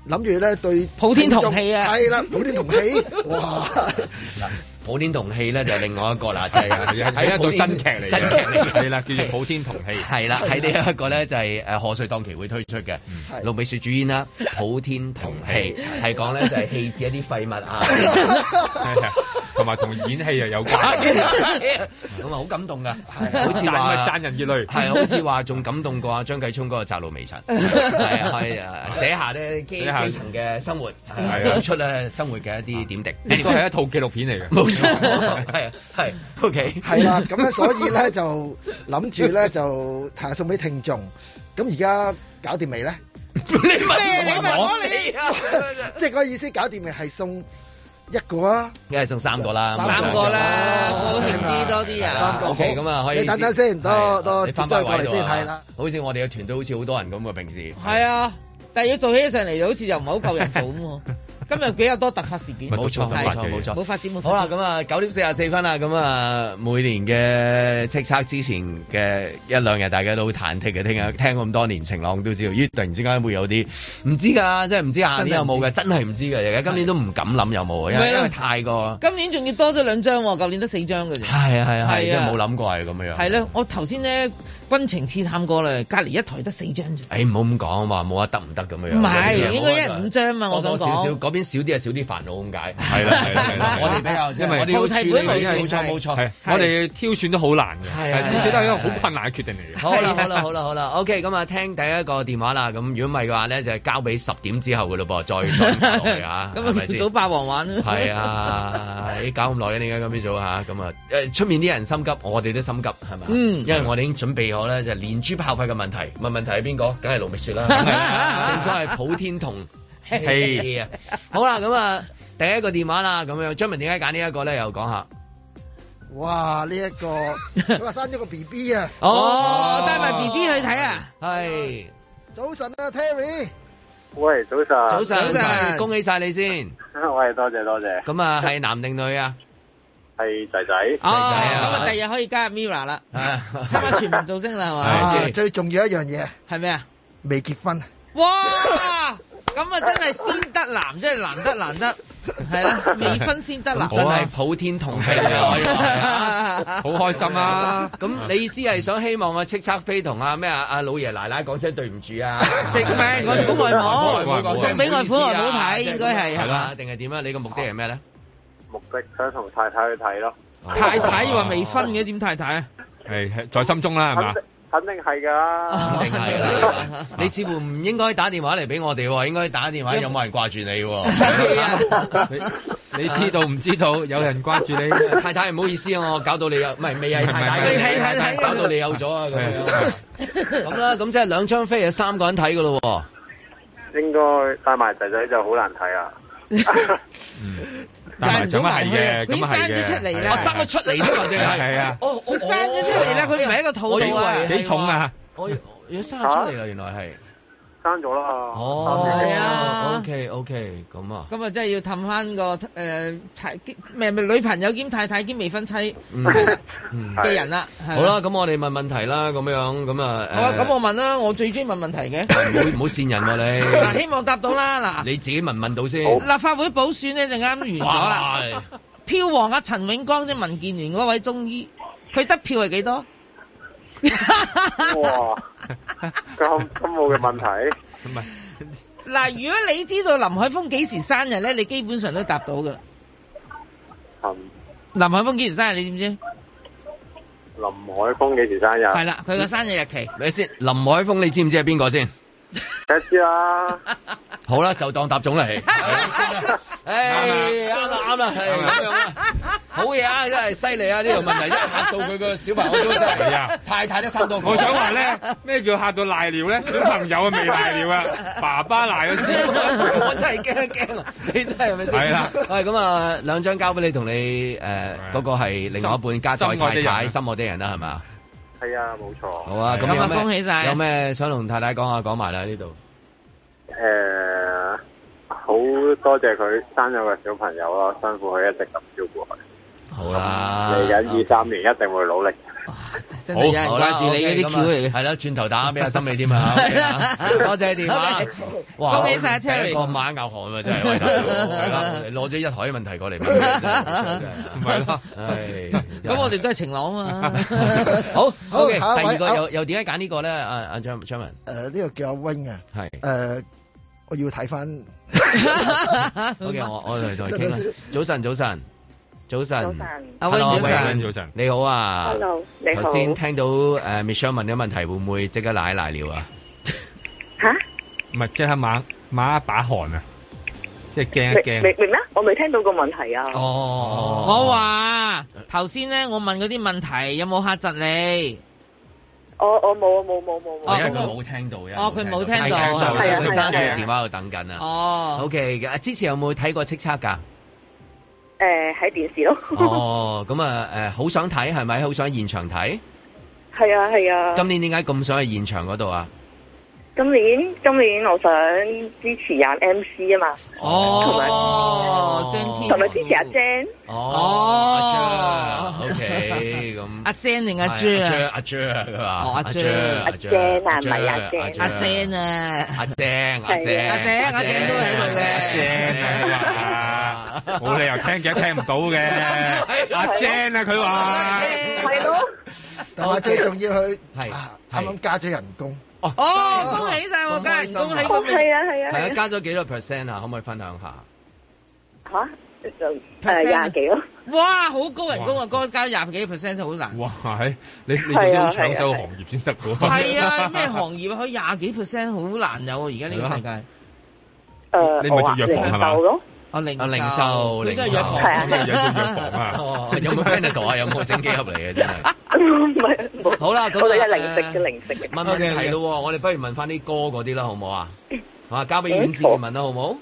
諗住咧對普天同氣啊係啦，普天同氣，哇！普天同氣咧就係另外一個啦，就係係啊係一套新劇嚟嘅新劇嚟嘅係啦叫做普天同氣係啦，喺呢一個咧就係誒賀歲檔期會推出嘅，嗯盧美雪主演啦，《普天同氣》係講咧就係棄置一啲廢物啊， 係啊 同埋同演戲又有 哎關。咁啊好感動㗎，好似讚話讚人熱淚係好似話仲感動過啊張繼聰嗰個《窄路微塵》，係啊係啊，寫下咧基寫下基層嘅生活， 係啊講出咧生活嘅一啲點滴，呢個係一套紀錄片嚟嘅，冇錯，啊 係啊係，OK，係啦，咁咧所以咧就諗住咧就係送俾聽眾。咁而家搞掂未咧？你問你問我你啊， 即係嗰個意思，搞掂未係送一個啊？ 梗係送三個啦，三個啦，高興啊啲多啲啊人。 OK，咁啊可以。你等等先多係啊多你翻接返咗過嚟位度先啊係啦。好似我哋嘅團隊好似好多人咁嘅平時。係啊，但係要做起上嚟，好似又唔係好夠人做咁 喎。今日比較多突發事件，冇錯，冇係錯，冇錯。冇發展冇好啦，咁啊，九點四十四分啦，咁啊，每年嘅叱咤之前嘅一兩日，大家都好忐忑嘅。聽啊，聽過咁多年晴朗都知道，咦，突然之間會有啲唔知㗎，真係唔知下年有冇嘅，真係唔知㗎。而家今年都唔敢諗有冇啊，因為係啦因為太過今年仲要多咗兩張喎，舊年得四張嘅啫。係啊係啊係啊，係真係啊冇諗過係咁樣。係咯，我頭先咧軍情刺探過啦，隔離一台得四張啫。誒唔好咁講，話啊冇啊得得唔得咁樣。唔係有啲嘢啊應該一人五張嘛我想講多多少少嗰邊少啲係少啲煩惱咁解。係啦 係啦係啦我哋比較即係因為我哋要處理菩提本無冇錯冇錯係，我哋挑選都好難係嘅，啊係至少都係一個好困難嘅決定嚟嘅。好 啦，好啦，好啦，好啦，OK，咁啊，聽第一個電話啦。咁如果唔係嘅話咧，就係交俾十點之後嘅咯噃，再再打落 嚟啊，咁係咪啊，先早？霸王玩啦。係。啊，你搞咁耐嘅，點解咁樣做嚇？咁啊，誒出面啲人心急，我哋都心急，係咪？嗯因為我哋已經準備好咧，就係連珠炮費嘅問題。啊問問題係邊個？梗係盧覓 雪啦，正所謂普天同 氣啊！好啦，咁啊，第一個電話啦，咁樣張文點解揀呢一個咧？又講下。哇！呢、一個佢話生咗個 B B 啊！哦，帶埋 B B 去睇啊！係。早晨啊，Terry，喂，早晨，早晨，恭喜晒你先。 喂，多謝多謝，咁啊，係男定女啊？係仔仔，仔哦，啊咁啊，第日可以加入 Mira 啦，參加全民造星啦，係嘛？啊，最重要一樣嘢係咩啊？未結婚，哇！咁啊，真係先得男，真係難得難得，係 啦， 未婚先得男，真係普天同慶 啊！可以話係啊啊好開心啊！ 咁你意思係想希望我叱咤飛同啊咩啊阿老爺奶奶講聲對唔住 啊？定唔係外父外母外講聲送俾外父外母唔好睇意思啊應該係係係嘛啦，定係點啊？你個目的係咩哦咧？目的想同太太去睇咯，太太話未婚嘅點太太啊？係係在心中啦，係嘛？肯定係㗎啦，定係 啦，你似乎唔應該打電話嚟俾我哋喎，應該打電話有冇人掛住你 啊喎？你你知道唔知道有人關注你？ 太太唔好意思啊，我搞到你有，唔係未係太太，未係未係太太搞到你有咗啊咁樣。咁啦，咁即係兩張飛就三個人睇噶咯 喎。應該帶埋仔仔就好難睇啊，但係咁啊係嘅，佢已咁經啊係生嘅，咗出嚟我啦，生咗出嚟添啊，淨係。係啊哦，我佢生咗出嚟啦，佢唔係一個肚度啊，幾重啊？我我生咗出嚟啦，原來係。生生咗啦。哦，係啊，OK OK，咁 啊，咁啊，真係要氹翻個誒太咩咪女朋友兼太太兼未婚妻嗯嗯嘅人啦，係好啦，咁我哋問問題啦，咁樣咁啊，好啊，誒咁我問啦，我最中意問問題嘅。 唔好唔好線人喎嗱，希望答到啦。你，你自己問問到先。嗱，立法會補選咧就啱完咗啦。哇票王啊，陳永光即係民建聯嗰位中醫，佢得票係 幾多？ 哇！咁咁冇嘅問題，唔係嗱，如果你知道林海峰幾時生日咧，你基本上都答到噶啦。林海峰幾時生日？你知唔知？林海峰幾時生日？係啦，佢個生日日期。你先，林海峰你知唔知係邊個先？梗係知啊啦，好啦，就當答中啦，係唉啱啦啱啦，係咁樣啦。好嘢啊！真係犀利啊！呢條問題真係嚇到 佢個小朋友都真係啊係，太太都生到。我想 話咧，咩叫嚇到賴尿咧？小朋友啊未賴尿啊，爸爸賴咗先。我真係 驚驚啊！你真係係咪先？係啦喂，咁啊，兩張交俾你同你誒嗰個係另外一半加在太太心愛的人啦，係嘛？係啊，冇錯。好啊，咁咁啊有咩恭喜晒有咩想同太太講下講埋啦呢度。誒，好多謝佢生咗個小朋友咯，辛苦佢一直咁照顧佢。好啦，嚟緊二三年一定會努力。真係有人好啦掛住你 嗰啲橋嚟嘅。係啦，轉頭打俾阿心你添 啊，係 OK 啦啊多謝電話 OK，。哇恭喜晒第一 Terry 個馬咬汗啊，真係喂大 佬係啦，攞咗一台問題過嚟問你真係 真係，唔係啦，唉。咁我哋都係晴朗啊 嘛。好好，OK，第下一位二個好又又點解揀呢個咧？阿阿張張文誒呢個叫阿 wing 啊，係誒我要睇翻 ，OK，我我哋再傾啦。早晨，早晨，早晨，阿 Wing， Hello，早晨阿 Wing，早晨你好啊 Hello，你好頭先聽到誒 Michelle 問嘅問題，會唔會即刻奶奶尿啊？吓？唔係即刻馬馬一把汗啊，即係驚一明明。驚明咩？我未聽到個問題啊！哦我話頭先咧，我問嗰啲問題有冇嚇窒你？我我冇冇冇冇哦冇。因為佢冇聽到，因為哦佢冇聽到係係啊佢係啊揸住個電話喺度等緊啊。哦， OK 嘅，之前有冇睇過叱咤㗎？誒喺電視咯。哦，咁啊誒，好想睇係咪？好想現場睇。係啊係啊。今年點解咁想去現場嗰度啊？今年今年我想支持阿 MC 啊嘛，哦，張天，同埋支持阿 Jan。哦，阿 J，OK，咁阿 Jen 定阿 J 係啊？阿 J 阿 J 佢話，哦阿 J 阿 J 阿 Jan 啊唔係阿 Jan 阿 Jen 阿 J 啊，阿 J 阿姐阿姐都喺度嘅。 Jan 啊佢話冇理由聽嘅，聽唔到嘅。阿 Jan 啊，佢話 係咯，同埋最重要佢係啊啱啱加咗人工，哦，恭喜晒我家人恭喜恭喜！係啊係啊係啊，係啊。加咗幾多 percent 啊？可唔可以分享下？嚇？就誒廿幾咯。啊哇，好高人工啊，哥加廿幾 percent 好難。哇，係你你仲要搶手行業先得㗎 喎。係啊，咩行業可以廿幾 percent 好難有啊！而家呢個世界，誒，你咪做藥房係嘛哦我話零售咯。 哦零啊，零售，售，零佢都售，係藥係啊房。有做藥房 哦啊。，有冇 Canada 啊？有冇整幾盒嚟嘅真係？唔係冇。 好啦，咁我哋係啊零食嘅零食嘅。問問題咯喎，我哋不如問翻啲歌嗰啲啦，好唔好啊？啊，交俾阮志健問啦，好唔好？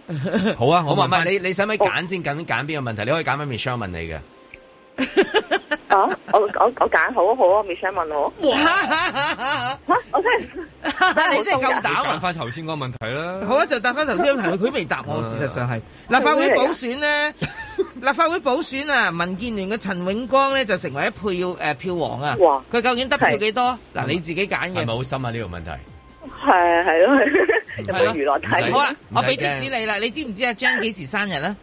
好啊，好我嘛，問唔翻係你你使唔使揀先？揀揀邊個問題？你可以揀翻 Michelle 問你嘅。啊！我我我揀好啊好啊，Michelle 問我。哇！ 嚇！我 真係你真係 夠你膽揀啊！翻頭先嗰個問題啦。好啊，就答翻頭先嘅題目，佢未答我。事實上係立法會補選咧，立法會補選啊，民建聯嘅陳永光咧就成為一票誒票王啊哇！佢究竟得票幾多？嗱，係你自己揀係咪嘅。好深啊？呢個問題。係係咯，有係冇咯娛樂睇？好啦，唔使我俾驚貼士你啦，你知唔知阿 Jan 幾時生日咧？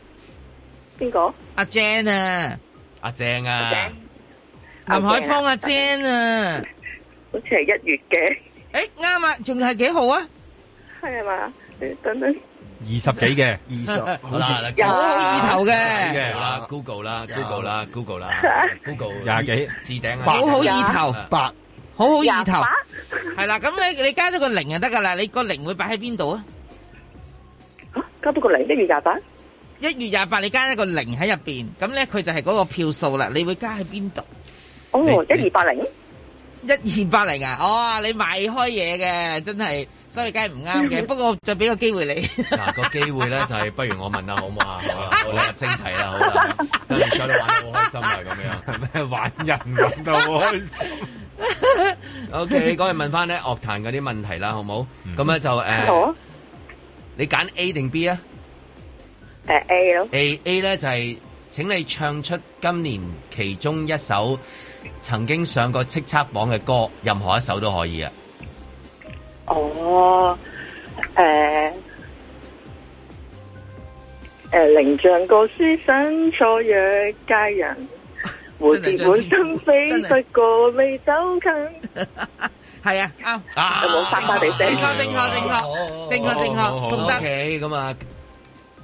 邊個？阿 Jan 啊，阿正啊，阿林海 Dạ. Jan 啊峰阿 Jan 啊，好似係一月嘅，誒啱啊，仲係幾號啊？係嘛？等等，二十幾嘅。二十好啦，廿好好意頭嘅，嘅啦，Google 啦，Google 啦，Google 啦，Google 廿幾置頂啊，好好意頭，八好好意廿頭八。係啦，咁你你加咗個零就得㗎啦，你個零會擺喺邊度啊？啊加多個零，一月廿八，一月廿八你加一個零喺入邊，咁咧佢就係嗰個票數啦。你會加喺邊度？哦，你一二八零，一二八零啊！哦，你賣開嘢嘅，真係，所以梗係唔啱嘅。不過我就俾個機會你。嗱個機會咧就係不如我問啦，好唔好啊？好啦，好啦，正題 啦，好啦，跟住 Michelle 都玩得好開心啊，咁樣。係咩玩人玩到好開心？ O K，嗰日問翻咧樂壇嗰啲問題啦，好冇？咁咧就誒好，你揀 A 定 B 啊誒 A 咯， ？A A 咧就係請你唱出今年其中一首曾經上過叱咤榜嘅歌，任何一首都可以啊。哦，誒誒零像個書生錯約佳人，蝴蝶滿身飛，不過未走 近。係啊， 啱。啊有冇花花地聲正確，正確，正確，正確，正確，送得。 OK，咁啊，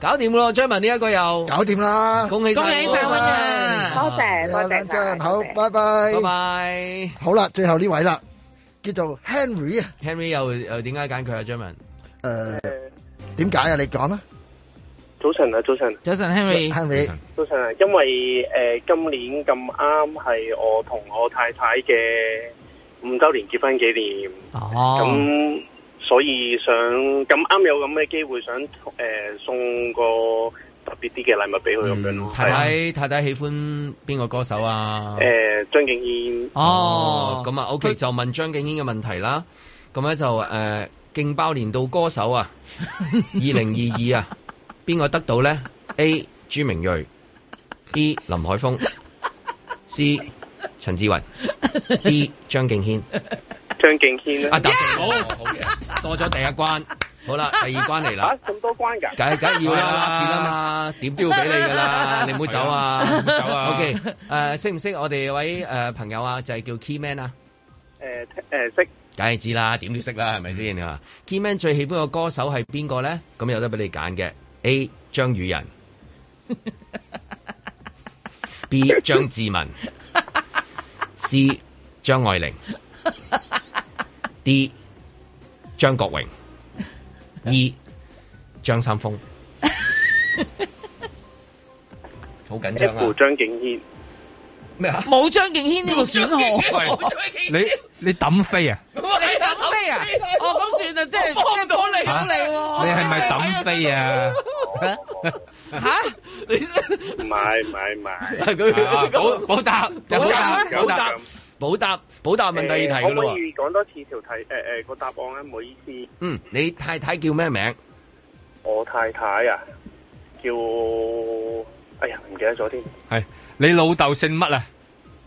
搞掂咯，張文呢一個又搞掂啦，恭喜恭喜晒溫温啊！多謝多謝晒，好，拜拜，拜拜。好啦，最後呢位啦，叫做 Henry 啊， Henry 又又點解揀佢啊？張文誒點解啊？你講啦，早晨啊，早晨。早晨，Henry。 Henry，早晨啊，因為誒、呃今年咁啱係我同我太太嘅五週年結婚紀念，哦咁所以想咁啱有咁嘅機會想，呃、送個特別啲嘅禮物俾佢咁樣咯。啊太太太太喜歡邊個歌手啊？誒呃張敬軒哦，咁啊，OK，就問張敬軒嘅問題啦。咁咧就誒、呃勁爆年度歌手啊，二零二二啊，邊個得到咧？A. 朱明睿，B. 林海峰，C. 陳志雲，D. 張敬軒。張敬軒咧，啊，答成好，好嘅，多咗第一關。好啦，第二啊關嚟啦。嚇咁多關㗎，梗係梗係啊要啊啦，是啦嘛，點都要俾你 噶啦，你唔好走啊，係啊唔好走啊 OK，誒識唔識我哋有位誒朋友啊？就係叫 Keyman 啊，誒誒呃識梗係知啦，點都識啦，係咪先啊？Keyman 最喜歡嘅歌手係邊個咧？咁有得俾你揀嘅，A 張宇人 ，B 張志文，C 張愛玲，D 張國榮，E 張三豐。好緊張 F 啊！張敬軒。咩啊？冇張敬軒呢個選項。你你抌飛啊？你抌飛啊？哦，咁算啦，即係即係幫你到你喎。你係咪抌飛 啊？嚇？唔係唔係唔係，佢保保啊答，保答保答，保答，保答問第二題可噶唔可咯以講多次條題誒誒個答案咧？唔好意思。嗯，你太太叫咩名？我太太啊，叫哎呀唔記得咗添。係你老豆姓乜啊？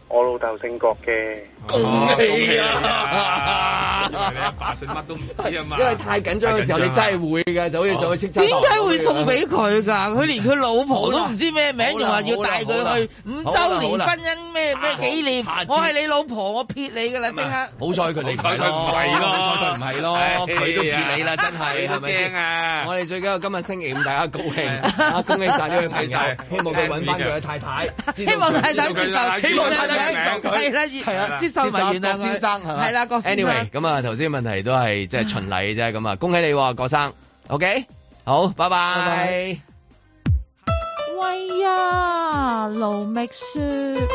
我老豆姓郭嘅，恭喜啊！因為 你阿爸姓乜都唔知啊嘛。因為太緊張嘅時候，你真係會㗎，就好似上去叱咤。點解會送俾佢㗎？佢連佢老婆都唔知咩名，仲話要帶佢去五週年婚姻咩咩紀念。我係你老婆，我撇你㗎啦，即啊刻。好彩佢你好彩佢唔係咯好彩佢唔係咯哎呀，佢都見你啦，真係你都係咪先驚啊我哋最緊要今日星期五，大家高興，啊恭喜晒呢位朋友，恭喜晒希望佢揾翻佢嘅太太，知道希望太太接受，希望太太接受佢，係啦，係啦，接受埋原諒郭先生係嘛係啦，郭先生。 Anyway，咁啊，頭先問題都係即係循例啫，咁啊，恭喜你喎，郭生，OK，好，拜拜。喂呀，盧覓雪。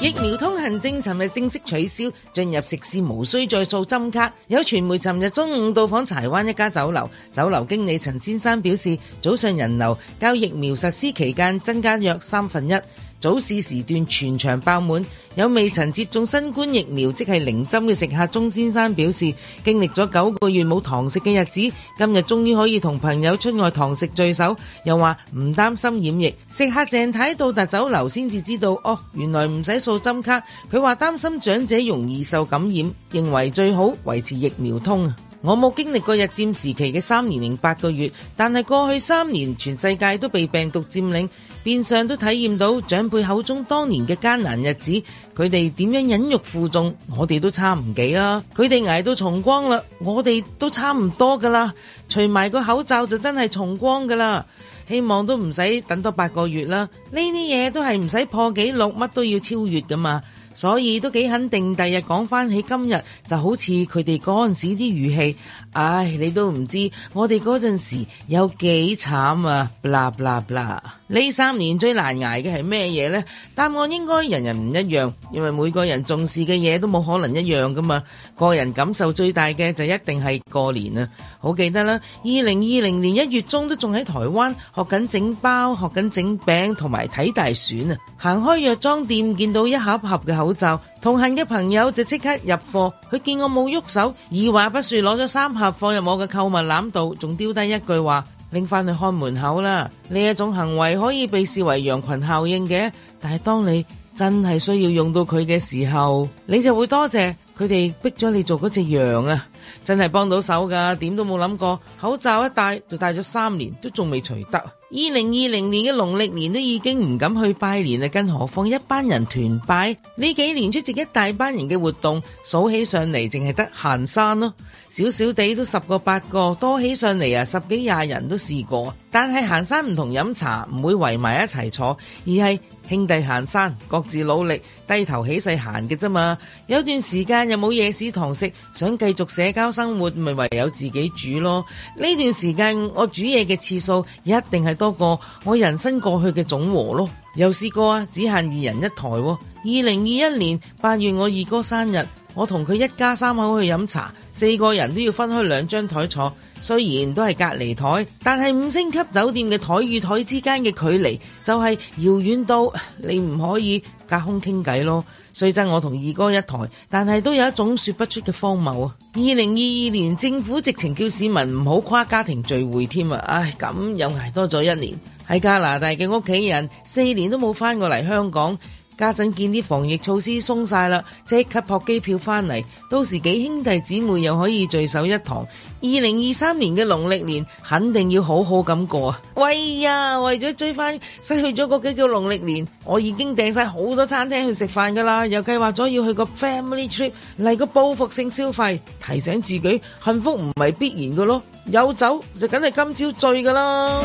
疫苗通行證尋日正式取消，進入食肆無需再掃針卡。有傳媒尋日中午到訪柴灣一家酒樓，酒樓經理陳先生表示，早上人流較疫苗實施期間增加約三分一。早市時段全場爆滿，有未曾接種新冠疫苗即係零針嘅食客鐘先生表示，經歷咗九個月冇堂食嘅日子，今日終於可以同朋友出外堂食聚首，又話唔擔心染疫。食客鄭太到達酒樓先至知道，哦，原來唔使掃針卡。佢話擔心長者容易受感染，認為最好維持疫苗通啊。我冇經歷過日佔時期嘅三年零八個月，但係過去三年全世界都被病毒佔領，變相都體驗到長輩口中當年嘅艱難日子。佢哋點樣忍辱負重，我哋都差唔幾啦。佢哋捱到重光啦，我哋都差唔多噶啦。除埋個口罩就真係重光噶啦。希望都唔使等多八個月啦。呢啲嘢都係唔使破紀錄，乜都要超越噶嘛。所以都幾肯定。第日講翻起今日，就好似佢哋嗰陣時啲語氣，唉，你都唔知我哋嗰陣時有幾慘啊！blah blah blah。呢三年最難捱嘅係咩嘢呢？答案應該人人唔一樣，因為每個人重視嘅嘢都冇可能一樣噶嘛。個人感受最大嘅就一定係過年啊！好記得啦，二零二零年一月中都仲喺台灣學緊整包、學緊整餅同埋睇大選啊！行開藥妝店見到一盒盒嘅口罩，同行嘅朋友就即刻入貨。佢見我冇喐手，二話不說攞咗三盒放入我嘅購物籃度，仲丟低一句話。拎返去看門口啦！呢一種行為可以被視為羊群效應嘅，但係當你真係需要用到佢嘅時候，你就會多謝佢哋逼咗你做嗰隻羊啊！真係幫到手㗎，點都冇諗過，口罩一戴就戴咗三年，都仲未除得。二零二零年嘅農曆年都已經唔敢去拜年啊，更何況一班人團拜？呢幾年出席一大班人嘅活動，數起上嚟淨係得行山咯，少少地都十個八個，多起上嚟啊十幾廿人都試過。但係行山唔同飲茶，唔會圍埋一齊坐，而係兄弟行山，各自努力，低頭起勢行嘅啫嘛。有段時間又冇夜市堂食，想繼續社交生活，咪唯有自己煮咯。呢段時間我煮嘢嘅次數一定係多過我人生過去嘅總和咯。又試過啊，只限二人一台喎。二零二一年八月我二哥生日，我同佢一家三口去飲茶，四個人都要分開兩張台坐。雖然都係隔離台，但係五星級酒店嘅台與台之間嘅距離就係遙遠到你唔可以隔空傾偈咯。雖則我同二哥一台，但係都有一種說不出嘅荒謬啊！二零二二年政府直情叫市民唔好跨家庭聚會添啊！唉，咁又捱多咗一年。喺加拿大嘅屋企人四年都冇翻過嚟香港。家陣見啲防疫措施鬆晒啦，即刻撲機票翻嚟，到時幾兄弟姊妹又可以聚首一堂。二零二三年嘅農曆年肯定要好好咁過啊！喂呀，為咗追翻失去咗嗰幾個農曆年，我已經訂晒好多餐廳去食飯㗎啦，又計劃咗要去個 family trip 嚟個報復性消費，提醒自己幸福唔係必然嘅咯，有酒就梗係今朝醉㗎啦。